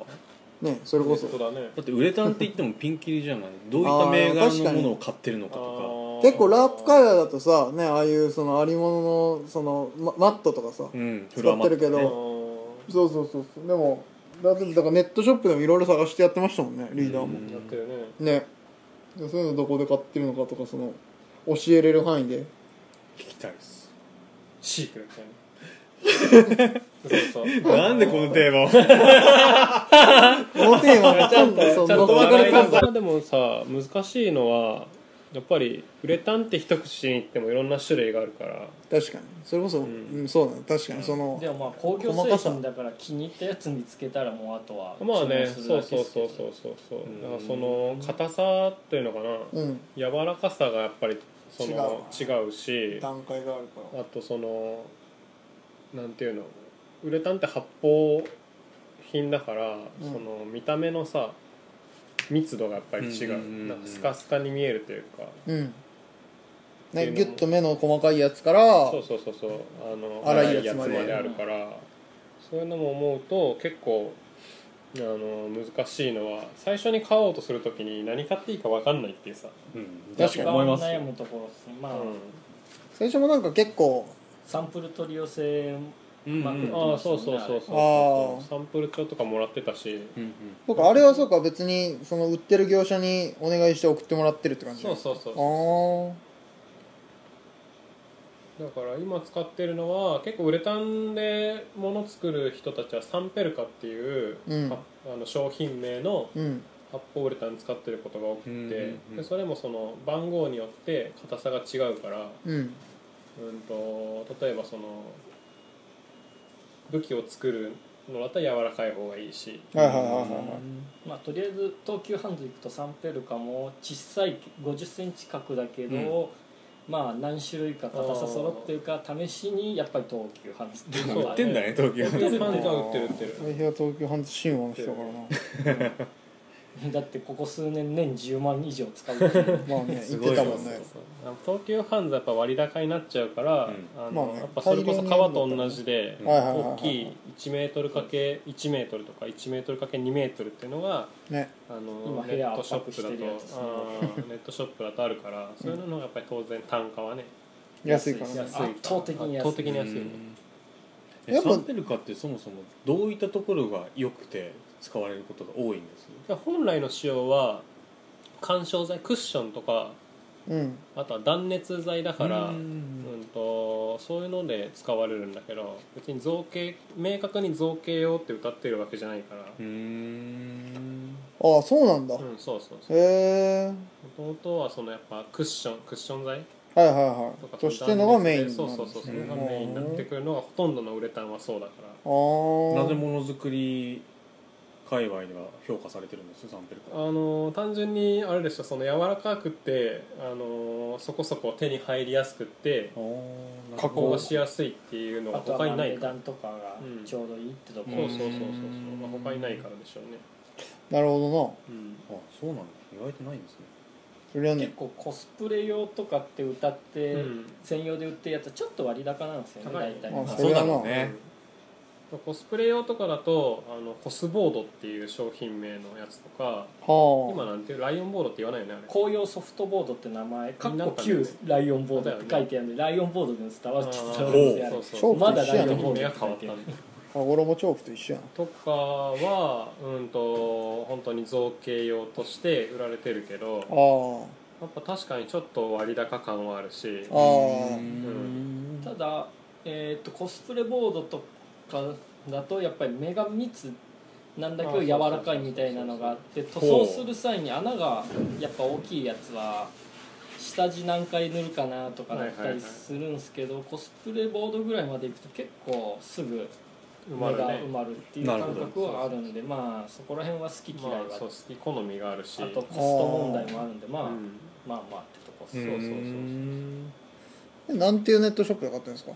A: ねそれこそ
C: そうだね
B: だってウレタンって言ってもピンキリじゃないどういっ
A: あ
B: た
A: ー
B: 銘柄
A: 確か
B: の
A: に
B: ものを買ってるのかと
A: 結構ラープカ
C: ー
A: ラーだとさねああいうそのありもののそのママットとかさ、
B: かうんフ
A: 使
B: ロア
A: っ
B: マッ
A: て
B: ト
A: るけど、
C: あー
A: そうそうそうそうでもだってだからネットショップでもいろいろ探してやってましたもんねリーダーも、
B: うん
C: やってるね
A: ねでそういうのどこで買ってるのかとかその教えれる範囲で
B: 聞きたいです
C: シークレッ トやねそうそう
B: なんでこのテーマを
A: このテーマがちゃんと
C: ちゃんと
A: 乗っかかれたんだ
C: でもさ難しいのはやっぱりウレタンって一口に言ってもいろんな種類があるから
A: 確かにそれこそ、うん
C: ん
A: そうだね確かにその
E: でもまあ工業製品だから気に入ったやつ見つけたらもうあとは
C: まあね
E: 注
C: そう
E: 文するだ
C: そう
E: け
C: そう
E: ですけ
C: そ
E: ど
C: うそうそう
B: うん
C: だからその硬さっていうのかな
A: うん
C: 柔らかさがやっぱりその違うし
A: 段階があるから
C: あとそのなんていうのウレタンって発泡品だか
A: う
C: ら、
A: ん
C: その見た目のさ密度がやっぱり違
B: うん
C: う,、
B: うんうんうん
C: なんかスカスカに見えるというか
A: うん
C: てい
A: ね
C: うのも
A: ギュッと目の細かいやつから
C: そうそうそうそうあの
A: 粗
C: 粗
A: いや
C: い
A: つ
C: やつま
A: ま
C: で
A: で
C: あるから、そういうのも思うと結構あの難しいのは最初に買おうとするときに何買っていいか分かんないっていうさ、
B: うん
A: 確かに
E: 一番
B: 思います
E: 悩むところですねまあ、
A: 最初もなんか結構
E: サンプル取り寄せ
B: うんうん
E: まあ
B: うん
C: ああそうそうそうそう
A: あー
C: サンプル帳とかもらってたし、
B: うん
A: そうかあれはそうか別にその売ってる業者にお願いして送ってもらってるって感じ
C: そうそうそう
A: あ
C: だから今使ってるのは結構ウレタンで物作る人たちはサンペルカっていう、
A: うん
C: はあの商品名の
A: あうん
C: 発泡ウレタン使ってることが多くて、
B: うんうんうん
C: でそれもその番号によって硬さが違うから、
A: うん
C: うん、と例えばその武器を作るのだったら柔らかい方がいいし
A: はいはいはいはいは
E: まあとりあえず東急ハンズ行くとサンペルカも小さい5 0センチ角だけど、まあ何種類か硬さ揃ってるか試しにやっぱり東急ハンズっていうの
B: 売
E: が
B: ってんだね東京
C: 売ってるパンツは売ってる売ってる
A: い最は東京ハンズ神話の人だ から
E: だってここ数年年10万以上使うから
A: な
E: ね
A: まあね言
B: す
A: っ
B: ごい
A: て
B: よ
A: たもんね
C: あの東急ハンズはやっぱ割高になっちゃうから、
B: う
C: あの
A: まあね
C: やっぱそれこそ革と同じで、
B: うん
A: はいはいはいはい
C: 大きい1メートルかけ1メートルとか1メートルかけ2メートルっていうのが
A: ね
C: あの
E: 今
C: ネ
E: 部屋
C: ット
E: 圧
C: ショッ
E: 迫
C: プ
E: し
C: だ
E: て
C: と
E: るやつですね
C: あーネットショップだとあるから、そういうのがやっぱり当然単価はね
A: 安いからね
E: 安い圧倒的に安い
C: 圧倒的に安いよね、
B: え
A: やっぱ
B: サンペルカってそもそもどういったところが良くて使われることが多いんです
C: だから本来の仕様は緩衝材クッションとか
A: うん
C: あとは断熱材だから、
B: うん
C: うんとそういうので使われるんだけど別に造形明確に造形用って歌ってるわけじゃないから
B: うーん
A: ああそうなんだ
C: うん、そうそうそう
A: へえ
C: もともとはそのやっぱクッションクッション材
A: はいは
C: と
A: いは
C: か
A: いとしてのがメインなんです
C: そ
A: ね
C: うそうそうそれがメインになってくるのがほとんどのウレタンはそうだから
A: あー
B: なぜものづくり界隈では評価されてるんですよサンペルカ
C: あの単純にあれでしょその柔らかくってあのそこそこ手に入りやすくって加
B: 加
C: 工が
B: 工
C: しやすいっていうの
E: あ
C: が
E: とは
C: 他
E: ま
C: に
E: あ
C: ない
E: 値
C: から
E: 段とかがちょうどいいってとこ
C: そう
E: ろ、
C: そうそうそうそう
B: うん
C: まあ他にないからでしょうね
A: なるほ
C: うん
B: あそうなんだ意外とないんですね
A: どなそれはね
E: 結構コスプレ用とかって歌って、
C: うん
E: 専用で売ってるやつはちょっと割高なんですよね
C: 高い
E: 大体
A: あ
B: あ
A: そ
B: そうう
A: だ
B: だ
A: な
B: ろうね
C: うんコスプレ用とかだとあのコスボードっていう商品名のやつとか今
A: は
C: なんていうライオンボードって言わないよねあれ
E: 紅葉ソフトボードって名前かっ
C: なん
E: こ
C: かね
E: 旧ライオンボードって書いてあるんでライオンボードでも伝わる伝わるんですよあ
C: そ
E: れ
C: うそう
A: そう
E: まだライオンボー
C: 目
E: ド
C: が
E: って書い
C: 変わってた
E: ある
A: あ
C: ん
A: 羽衣チョークと一緒やん
C: とかはうんと本当に造形用として売られてるけど
A: あー
C: やっぱ確かにちょっと割高感はあるし
A: あー
B: うん
E: ただ、えー、とコスプレボードとかだとやっぱり目が密なんだけど
C: あ
E: 柔らかいみたいなのがあって塗装する際に穴がやっぱ大きいやつは下地何回塗るかなとかだったりするんですけど、コスプレボードぐらいまでいくと結構すぐ目
C: 埋ま
E: が
C: るね
E: 埋まるっていう
B: な
E: 感
B: るほど
E: 覚はあるんでまあそこら辺は好き嫌い
C: ま
E: は
C: あそう好き好みがあるし
E: あとコスト問題もあるんでまあ、
C: うん
E: まあまあってとこっす
C: そうそうそうそう
A: えなんていうネットショップで買ったんですか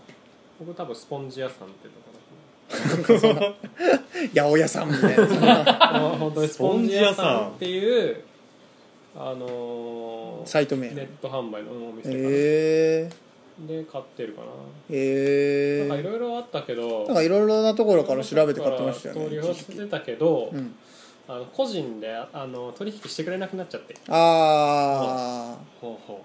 C: 僕多分スポンジ屋さんってとこだと思う
A: 八百屋さんみたいな
C: あ本当にスポンジ屋さんっていうあの ー
A: サイト名
C: ネット販売のお店かな、
A: ええ
C: で買ってるかな、
A: え
C: なんかい
A: ー、
C: ろいろあったけど
A: なんかいろいろなところから調べて買ってましたよ
C: 取
A: ね
C: り
A: 一
C: 寄
A: 時
C: せ
A: 期
C: てたけど、
A: うん、
C: あの個人であの取引してくれなくなっちゃって、
A: ああ
B: ほうほ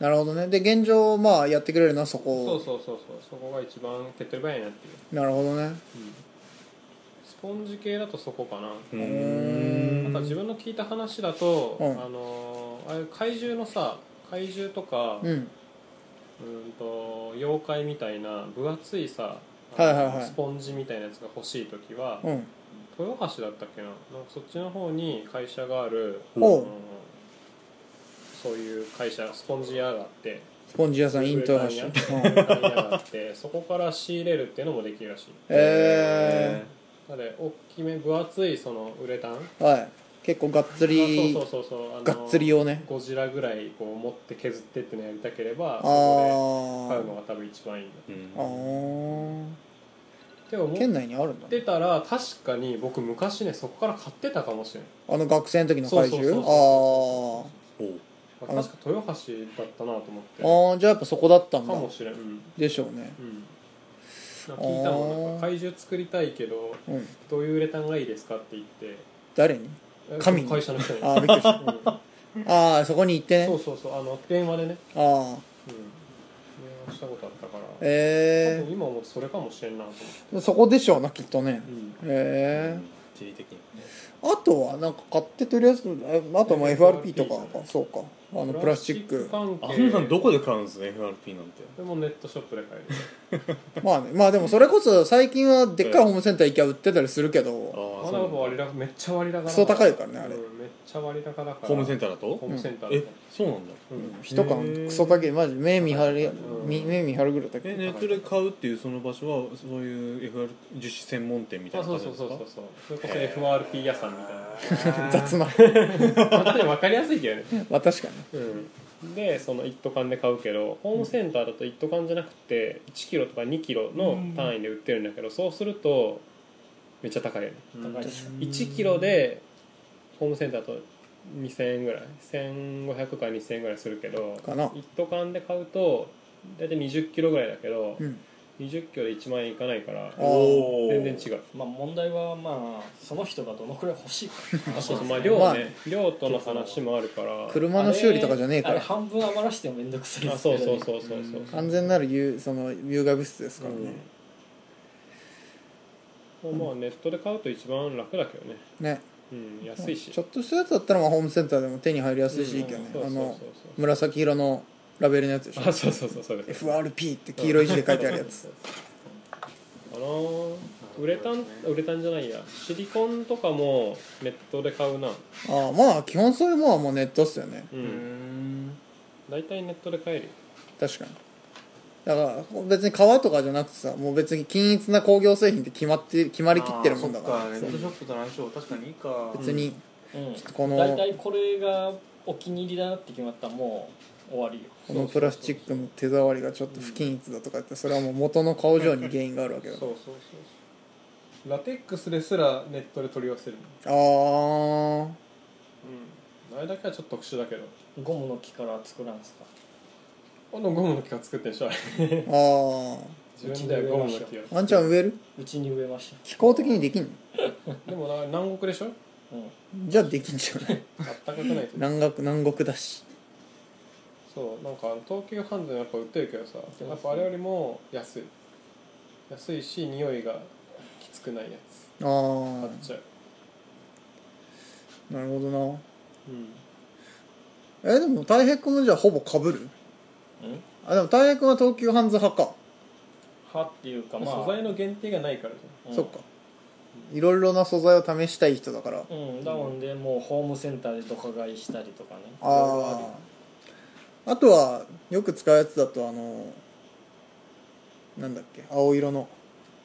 A: なるほどねで現状まあやってくれるのはそこ
C: そうそうそうそうそこが一番手っ取り早いなっていう、
A: なるほどね
C: スポンジ系だとそこかな、
B: うう
A: う
B: ーん
C: なんか自分の聞いた話だと、
A: うん
C: あのああいう怪獣のさ怪獣とか、う、
A: うんん
C: と妖怪みたいな分厚いさあ
A: は
C: の
A: いはいはい
C: スポンジみたいなやつが欲しい時は、
A: うん
C: 豊橋だったっけななんかそっちの方に会社がある、
A: おう
C: あのそういう会社スポンジ屋があって
A: スポンジ屋さんイント
C: ウ
A: ハ
C: ェブ屋
A: シ
C: ウェブ屋があってそこから仕入れるっていうのもできるらしい
A: え
C: なので大きめ分厚いそのウレタン
A: ー、はい結構がっつり
C: そうそうそうそうあの
A: がっつり用ね
C: ゴジラぐらいこう持って削ってってのやりたけれ
A: あ
C: ばそこで買うの
A: ー
C: が多分一番いいん
B: うん
C: だ
A: あー
C: でも持
A: 県
C: っ
A: 内にあるんだね
C: てたら確かに僕昔ねそこから買ってたかもしれない
A: あの学生の時の怪
C: そうそ
A: 獣
C: うそう
A: あ
B: ほう
C: 確
A: あの
C: か豊橋だったなと思って
A: ーあーじゃあやっぱそこだったん
C: か
A: だ
C: もしれん、うん
A: でしょうね
C: うん、なんか聞いた
A: あ
C: の
A: ー
C: なんか怪獣作りたいけど
A: うん
C: どういうウレタンがいいですかって言って
A: 誰に
C: え
A: 神に
C: 会社の人に
A: あーびっくり した
C: うん
A: ああそこに行って
C: そ
A: ね
C: うそうそうあの電話でね、
A: ああ
C: うん、電話したことあったから、多
A: え
C: 分今もそれかもしれんなと思って、
A: えー、そこでしょうなきっとね
C: うん、
A: え
B: 地理的に
A: えー、あとはなんか買ってとりあえずああとまあ FRP とか
C: FRP
A: かそうかあのプラスチック
C: 関
B: あ
C: 係
B: んなんどこで買うんですね FRP なんて
C: でもネットショップで買える
A: まあねまあでもそれこそ最近はでっかいホームセンター行きゃ売ってたりするけ
B: あ
A: ど
C: ま
B: あ
C: だ
B: そう
C: 割高めっちゃ割高だ
A: クソ高いからねあれ
C: うん、めっちゃ割高だから
B: ホームセンタ
C: タ
B: ーだと
C: ホームセンターだ
B: え
C: から
B: そうなんだ
C: うん
A: 一缶クソ高いマジ目見張る
C: うん
A: み目見張るぐらい高
B: え
A: い
B: ネットで買うっていうその場所はそういう FR 樹脂専門店みたい
C: あ
B: な
C: そ
B: 感
C: う
B: じな
C: そ
B: ん
C: う
B: で
C: そ
B: すか
C: うそうそうそれこそ FRP 屋さんみた いな
A: 雑な
C: まあ、分かりやすいけどね、
A: まあ確かに
C: うん、でその一斗缶で買うけどホームセンターだと一斗缶じゃなくて1キロとか2キロの単位で売ってるんだけどそうするとめっちゃ高いよね
B: うん
C: 1キロでホームセンターだと2000円ぐらい1500か2000円ぐらいするけど
A: かな
C: 一斗缶で買うと大体20キロぐらいだけど、
A: うん
C: 20キロで1万円いかないから
A: あー
C: 全然違う
E: まあ問題はまあその人がどのくらい欲しいか
C: あそうそうまあ量ね、
A: まあね
C: 量との話もあるから
A: 車の修理とかじゃねえか
E: あれ
A: ら
E: 半分余らしても面倒くさい
C: あ
E: です
C: そう
E: けど
C: そう
E: ね
C: そうそうそう
A: 完全なる有その有害物質ですからね、
C: うんまあネットで買うと一番楽だけどね、
A: ね
C: うん、安いし
A: ちょっとしたやつだったらまあホームセンターでも手に入りやすいしいいけどね、
C: そうそう
A: あ
C: そう
A: の紫色のラベルのやつでしょ
C: そうあそうそうそうそれ
A: FRP って黄色い字で書いてあるやつ
C: あのーウレタンウレタンじゃないやシリコンとかもネットで買うな
A: ああまあ基本そういうもんはもうネットっすよね
C: うん大体ネットで買えるよ
A: 確かにだから別に革とかじゃなくてさもう別に均一な工業製品って決まって決まりきってるもんだから
B: あーそっネットショップとの相性確かにいいか
A: 別に、
E: うん
A: この
E: 大体これがお気に入りだなって決まったらもう終わりよ
A: このプラスチックの手触りがちょっと不均一だとかってそれはもう元の顔上に原因があるわけだから
C: うそうそうラテックスですらネットで取り寄せる
A: あー
C: うんあれだけはちょっと特殊だけど
E: ゴムの木から作らんすか
C: あのゴムの木が作ってんでしょあれ
A: あ
C: 自分ではゴムの木を
A: あワンちゃん植える
E: うちに植えまし
A: 気候的にできんの
C: でもな南国でし ょ
E: たうん
A: じゃあできんじゃない
C: あったかくないと
A: 南国南国だし
C: そうなんかあの東急ハンズのやっぱ売ってるけどさ
E: ますね
C: やっぱあれよりも安い安いし匂いがきつくないや
A: あ
C: つ買っ
A: あ
C: ちゃう
A: なるほど
C: うん
A: なえでもたい平君もじゃあほぼかぶる
E: うん
A: あでもたい平君は東急ハンズ派か、
E: 歯っていうかまあ
C: 素材の限定がないからじ
E: うん
A: そっかいろいろな素材を試したい人だからあ
E: うんだもんでもうホームセンターでドカ買いしたりとかね
A: あーあとはよく使うやつだとあのなんだっけ青色の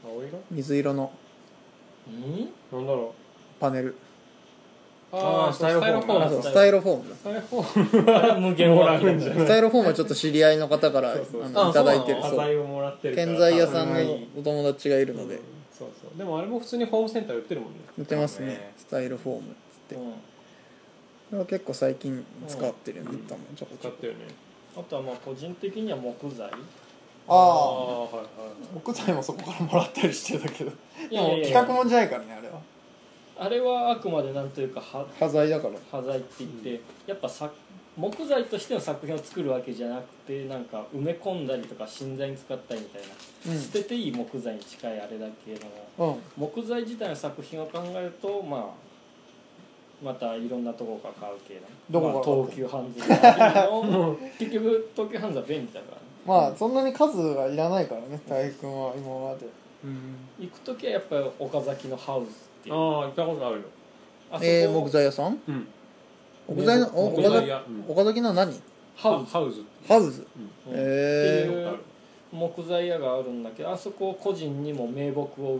C: ゃん青色
A: 水色の
E: うん
C: なんだろ
A: パネル
C: う
B: あー
C: そう
B: スタイロフォーム
A: あそう
E: スタイロ
A: スタイロフォームだ
C: スタイロフォーム
E: あれは無限大なんじゃ
A: スタイロフォームはちょっと知り合いの方からあ
C: そうそうそう
A: のいただいてる
C: 端
A: そう
C: 材をもらってるから
A: 建材屋さん
C: う
A: のお友達がいるので
C: そうそうでもあれも普通にホームセンターで売ってるもんね
A: 売ってます
B: そう
A: ね
B: ね
A: スタイロフォームっつって
E: うん
A: これは結構最近使ってるんで多分ちょこち
C: 使
A: ょ
C: っ
A: こ
C: てるね
E: あとはまあ個人的には木材
A: ああ
C: はいはい
A: 木材もそこからもらったりしてたけど
E: い
A: で
E: や
A: も
E: いやい
A: 企
E: や
A: 画もんじゃないからねあれは
E: あれはあくまでなんというかは
A: 端材だから
E: 端材って言って、やっぱさ木材としての作品を作るわけじゃなくてなんか埋め込んだりとか芯材に使ったりみたいな、
A: うん
E: 捨てていい木材に近いあれだけども
A: うん
E: 木材自体の作品を考えるとまあまたいろんなとこから買う系だね
A: どこ
E: ま
A: か
E: あ、
A: ら買う
E: 東急ハンズだ の結局東急ハンズは便利だから、ね、
A: まあそんなに数はいらないからね体育君は今まで
E: 行く時はやっぱり岡崎のハウスっていうあ
C: ああ行ったことあるよ
E: そこ、
D: えー、木材屋さん
C: うん
D: 木材のお
E: 木
D: 岡
E: 材
C: 屋
D: 崎岡崎の何
E: ハウス
C: ハウス
D: ハウス
E: うん
D: え
E: って
D: ー
E: いう木材屋があるんだけどあそこを個人にも名木を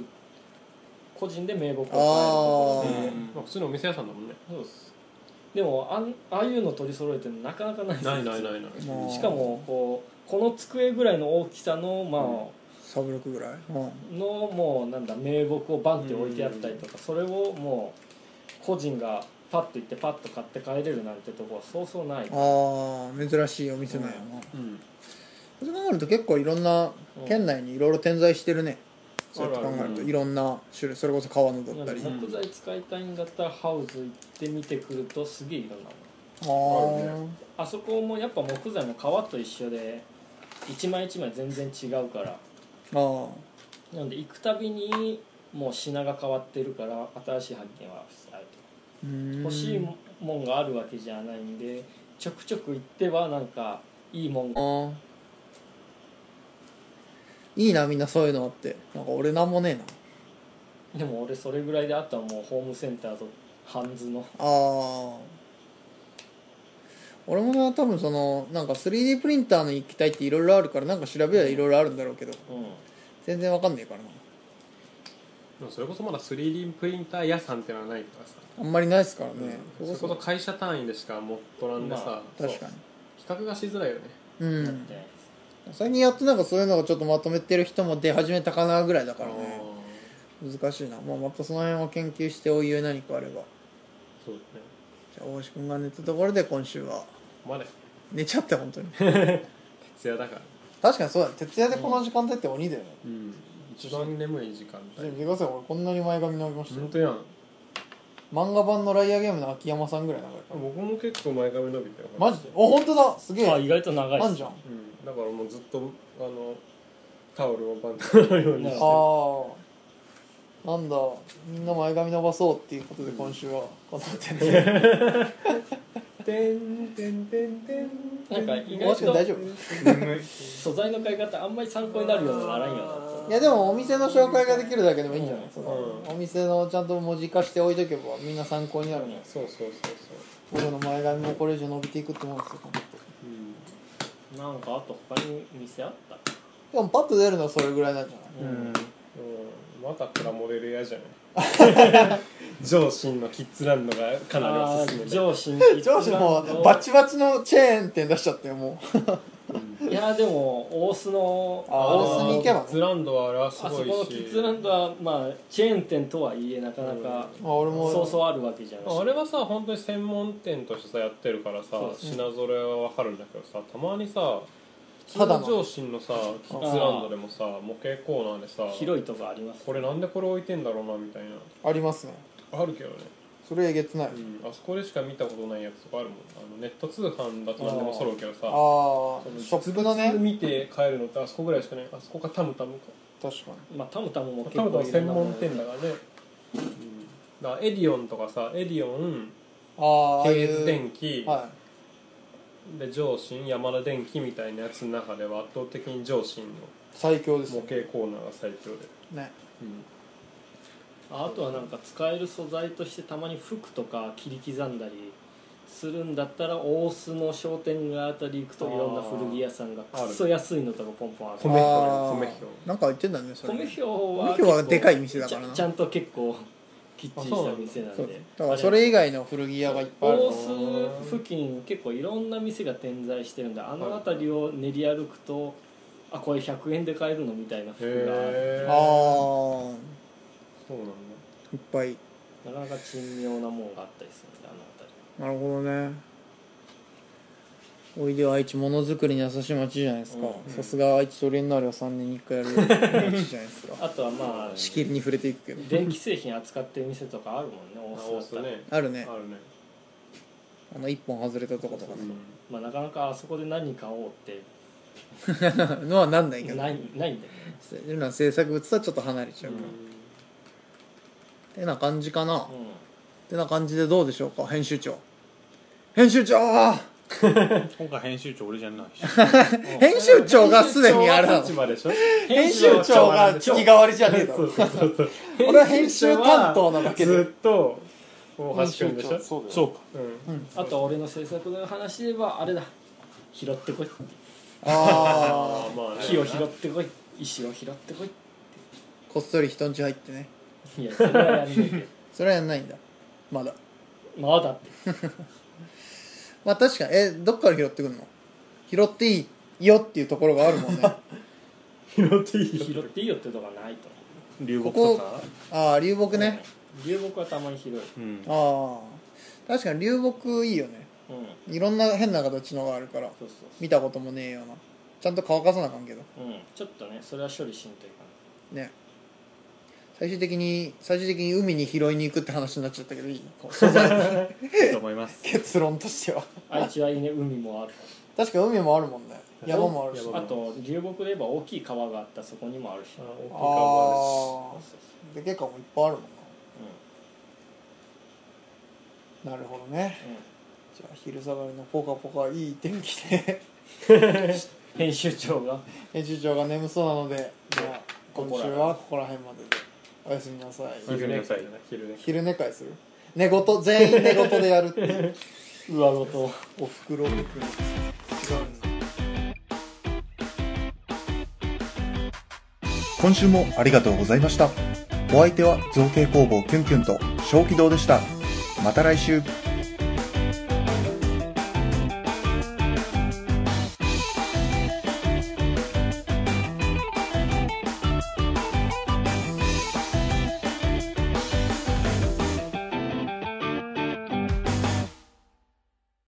E: 個人で名木を買えるところ
D: あ
E: で
D: ー
C: まあ普通のお店屋さんだもんね
E: そうですでもあんああいうの取り揃えてるのなかなかないですよ
C: ないないないない
D: まあ
E: しかもこうこの机ぐらいの大きさのまあ、
D: サブロックぐらい、うん、
E: のもうなんだ名木をバンって置いてあったりとかそれをもう個人がパッと行ってパッと買って帰れるなんてとこはそうそうないうん
D: ああ珍しいお店なんやな、
C: うん
D: そう考えると結構いろんな県内にいろいろ点在してるね、そうやって考える
C: ある
D: と
C: ある
D: いろんな種類それこそ川のだったり、
C: うん
E: 木材使いたいんだったらハウス行ってみてくるとすげえいろんなもの
D: ああ、
E: あそこもやっぱ木材も革と一緒で一枚一枚全然違うから
D: ああ
E: なので行くたびにもう品が変わってるから新しい発見はあると
D: うーん
E: 欲しいもんがあるわけじゃないんでちょくちょく行ってはなんかいいもんが
D: ああいいなみんなそういうのあってなんか俺なんもねえ
E: で
D: な
E: も俺それぐらいであとはもうホームセンターとハンズの
D: ああ俺もな多分そのなんか 3D プリンターの行きたいっていろいろあるからなんか調べりゃいろいろあるんだろうけど
E: う
D: 全然わかんねえからな
C: でもそれこそまだ 3D プリンター屋さんってのはないからさ
D: あんまりないですからね、
C: それこそ会社単位でしか持っとらんでさ
E: ま
D: 確かに
C: 比較がしづらいよね
D: うんん
E: で
D: 最近やっとなんかそういうのがちょっとまとめてる人も出始めたかなぐらいだからね難しいな、まあ、またその辺を研究しておいえ何かあれば
C: そうね
D: じゃあ大石君が寝たところで今週は
C: まだ
D: 寝ちゃって本当に
C: 徹夜だから
A: 確かにそうだね徹夜でこの時間帯って鬼だよね、
C: うん一番眠い時間
A: ちょっと見
C: 帯
A: てください俺こんなに前髪伸びましたよ
C: 本当やん
A: 漫画版のライアーゲームの秋山さんぐらい長いから
C: 僕も結構前髪伸びたよ
A: マジでお本当だすげ
E: あ
A: え
E: 意外と長い
A: あ
E: で
A: ん
E: す
A: じゃんあ
C: うんだからもうずっとあのタオルをバンドのようにして
E: あ
A: あーなんだみんな前髪伸ばそうっていうことで今週はこんなことやね
C: てんてんてんてん
E: なんか意
A: 大橋
E: 外
A: 君大丈
E: と
A: 夫
E: 素材の買い方あんまり参考になるようなならんようない
A: やでもお店の紹介ができるだけでもいいんじゃない、その
C: うん
A: お店のちゃんと文字化して置いとけばみんな参考になるね
C: そうそうそうそ
A: 僕
C: う
A: の前髪もこれ以上伸びていくって思うんですよ本当
C: うん
E: なんかあと他に店あった
A: でもパッと出るのはそれぐらいなんじゃない
E: うん
C: うんまたプラモデル屋じゃない 上心のキッズランドがかなりお
E: あ
C: すす
E: ー
C: めで
E: 上司に
A: 上司もうバチバチのチェーン店出しちゃってもう
E: いやでも大須の
A: あ
E: の
A: 大須に行けばね
C: キッズランドはあれはす
E: あ
C: ご
E: そこ
C: い
E: の
C: し
E: キッズランドはまあチェーン店とはいえなかなか
A: あ俺も
E: そうそうあるわけじゃない
C: あれはさ本当に専門店としてさやってるからさ
E: そうです
C: 品揃えはわかるんだけどさたまにさ
A: ただの
C: 上心のさキッズランドでもさ模型コーナーでさ
E: 広いとこあります
C: これなんでこれ置いてんだろうなみたいな
A: ありますね
C: あるけどね、
A: それえげつない、
C: うん、あそこでしか見たことないやつとかあるもんあのネット通販だと何でも揃うけどさ
A: ああショップのね
C: 見て帰るのってあそこぐらいしかないあそこかタムタムか
A: 確かに
E: まあタムタムも結
C: タムタ
E: 構
C: ム
E: いろ
C: 専
E: んなも
C: 門
E: の
C: 店だからね、うん、だからエディオンとかさエディオン
A: ああああい
C: 系列
A: う
C: 電機、
A: は
C: で上信山田電機みたいなやつの中では圧倒的に上信の
A: い最強です
C: 模
A: ね
C: 型コーナーが最強で、
A: ね
E: ああとはなんか使える素材としてたまに服とか切り刻んだりするんだったら大須の商店街あたり行くといろんな古着屋さんが
C: あー
E: くっそ安いのとかポンポンある
C: 米表
D: あー
C: 米表
D: なんか言ってんだねそれ
E: 米表は
D: 米表は
E: 結構
D: でかい店だからな
E: ちゃちゃんと結構きっちりし
C: あそうな
E: た
C: んだ
E: 店なん
D: そう
E: で
D: だからそれ以外の古着屋がいっぱいある
E: 大須付近結構いろんな店が点在してるんであの辺りを練り歩くとあこれ100円で買えるのみたいな服が
C: へ
D: あ
C: ー
D: あ
C: そうなんだ
D: いっぱい
E: なかなか珍妙なもんがあったりするんであの辺り
D: なるほどね
A: おいでよ愛知ものづくりに優しい街じゃないですか
C: うん
A: さすが愛知トレンナーレは3年に1回やる街じゃないです か
E: あとはまあ
A: しきりに触れていくけど
E: 電気製品扱ってる店とかあるもんね大須だ
C: 直
E: った
C: す
E: ら、
C: ね
A: あるね
C: あるね
A: あの1本外れたとことかね
E: まあ、なかなかあそこで何買おうって
A: のはなんないけど
E: ないないんだよね
A: そういうのは制作物とはちょっと離れちゃうから、てな感じかな、
E: うん
A: てな感じでどうでしょうか編集長編集長
B: 今回編集長俺じゃないし
A: 編集長がすでにあれなの
C: 立場でしょ
A: 編集長が月替わりじゃねえだ
C: そう
A: ろ
C: そうそうそう
A: 俺は編集担当なだけで
C: ずっと大橋君でしょ
G: そうだよ
B: そうか
C: うん
E: あとは俺の制作の話で言えばあれだ拾ってこい
A: あ
C: あ
A: あ
C: ーまあね
E: 木を拾ってこい石を拾ってこい
A: こっそり人んち入ってね
E: いやそれはやんねえけど
A: それはやんないんだまだ
E: まだって
A: まあ確かにえどっから拾ってくんの拾っていいよっていうところがあるもんね
C: 拾っていい
E: 拾っ
C: よ
E: ていいよってとこはないと
B: 流木とか
A: ああ流木
E: 思う
A: ね
E: 流木はたまに拾う、
B: うん
A: ああ確かに流木いいよね
E: うん、
A: いろんな変な形のがあるから
E: そうそう
A: 見たこともねえようなちゃんと乾かさなあかんけど
E: そう、うん、ちょっとねそれは処理しんといか
A: ね最終的に最終的に海に拾いに行くって話になっちゃったけどいいこう 素材
B: いいと思います
A: 結論としては
E: ない愛知はいいね海もある
A: 確か海もあるもんね山もあるし
C: 山
E: あと流木で言えば大きい川があったらそこにもあるし
C: あー大き
A: あ
C: い看板
A: あーでけかもいっぱいあるもんななるほどね
E: うんうん
A: じゃあ昼下がりのポカポカいい天気で
E: 編集長が
A: 編集長が眠そうなのでじゃあ
E: こ
A: 今
E: こら
A: 週はここら辺まででおやすみなさい
B: おやすみなさい
C: です昼寝
A: 昼寝会する寝言全員寝言でやるって いう
E: 上ごと
A: おふくろくん違うんだ
D: 今週もありがとうございました。お相手は造形工房キュンキュンと小気道でした。また来週。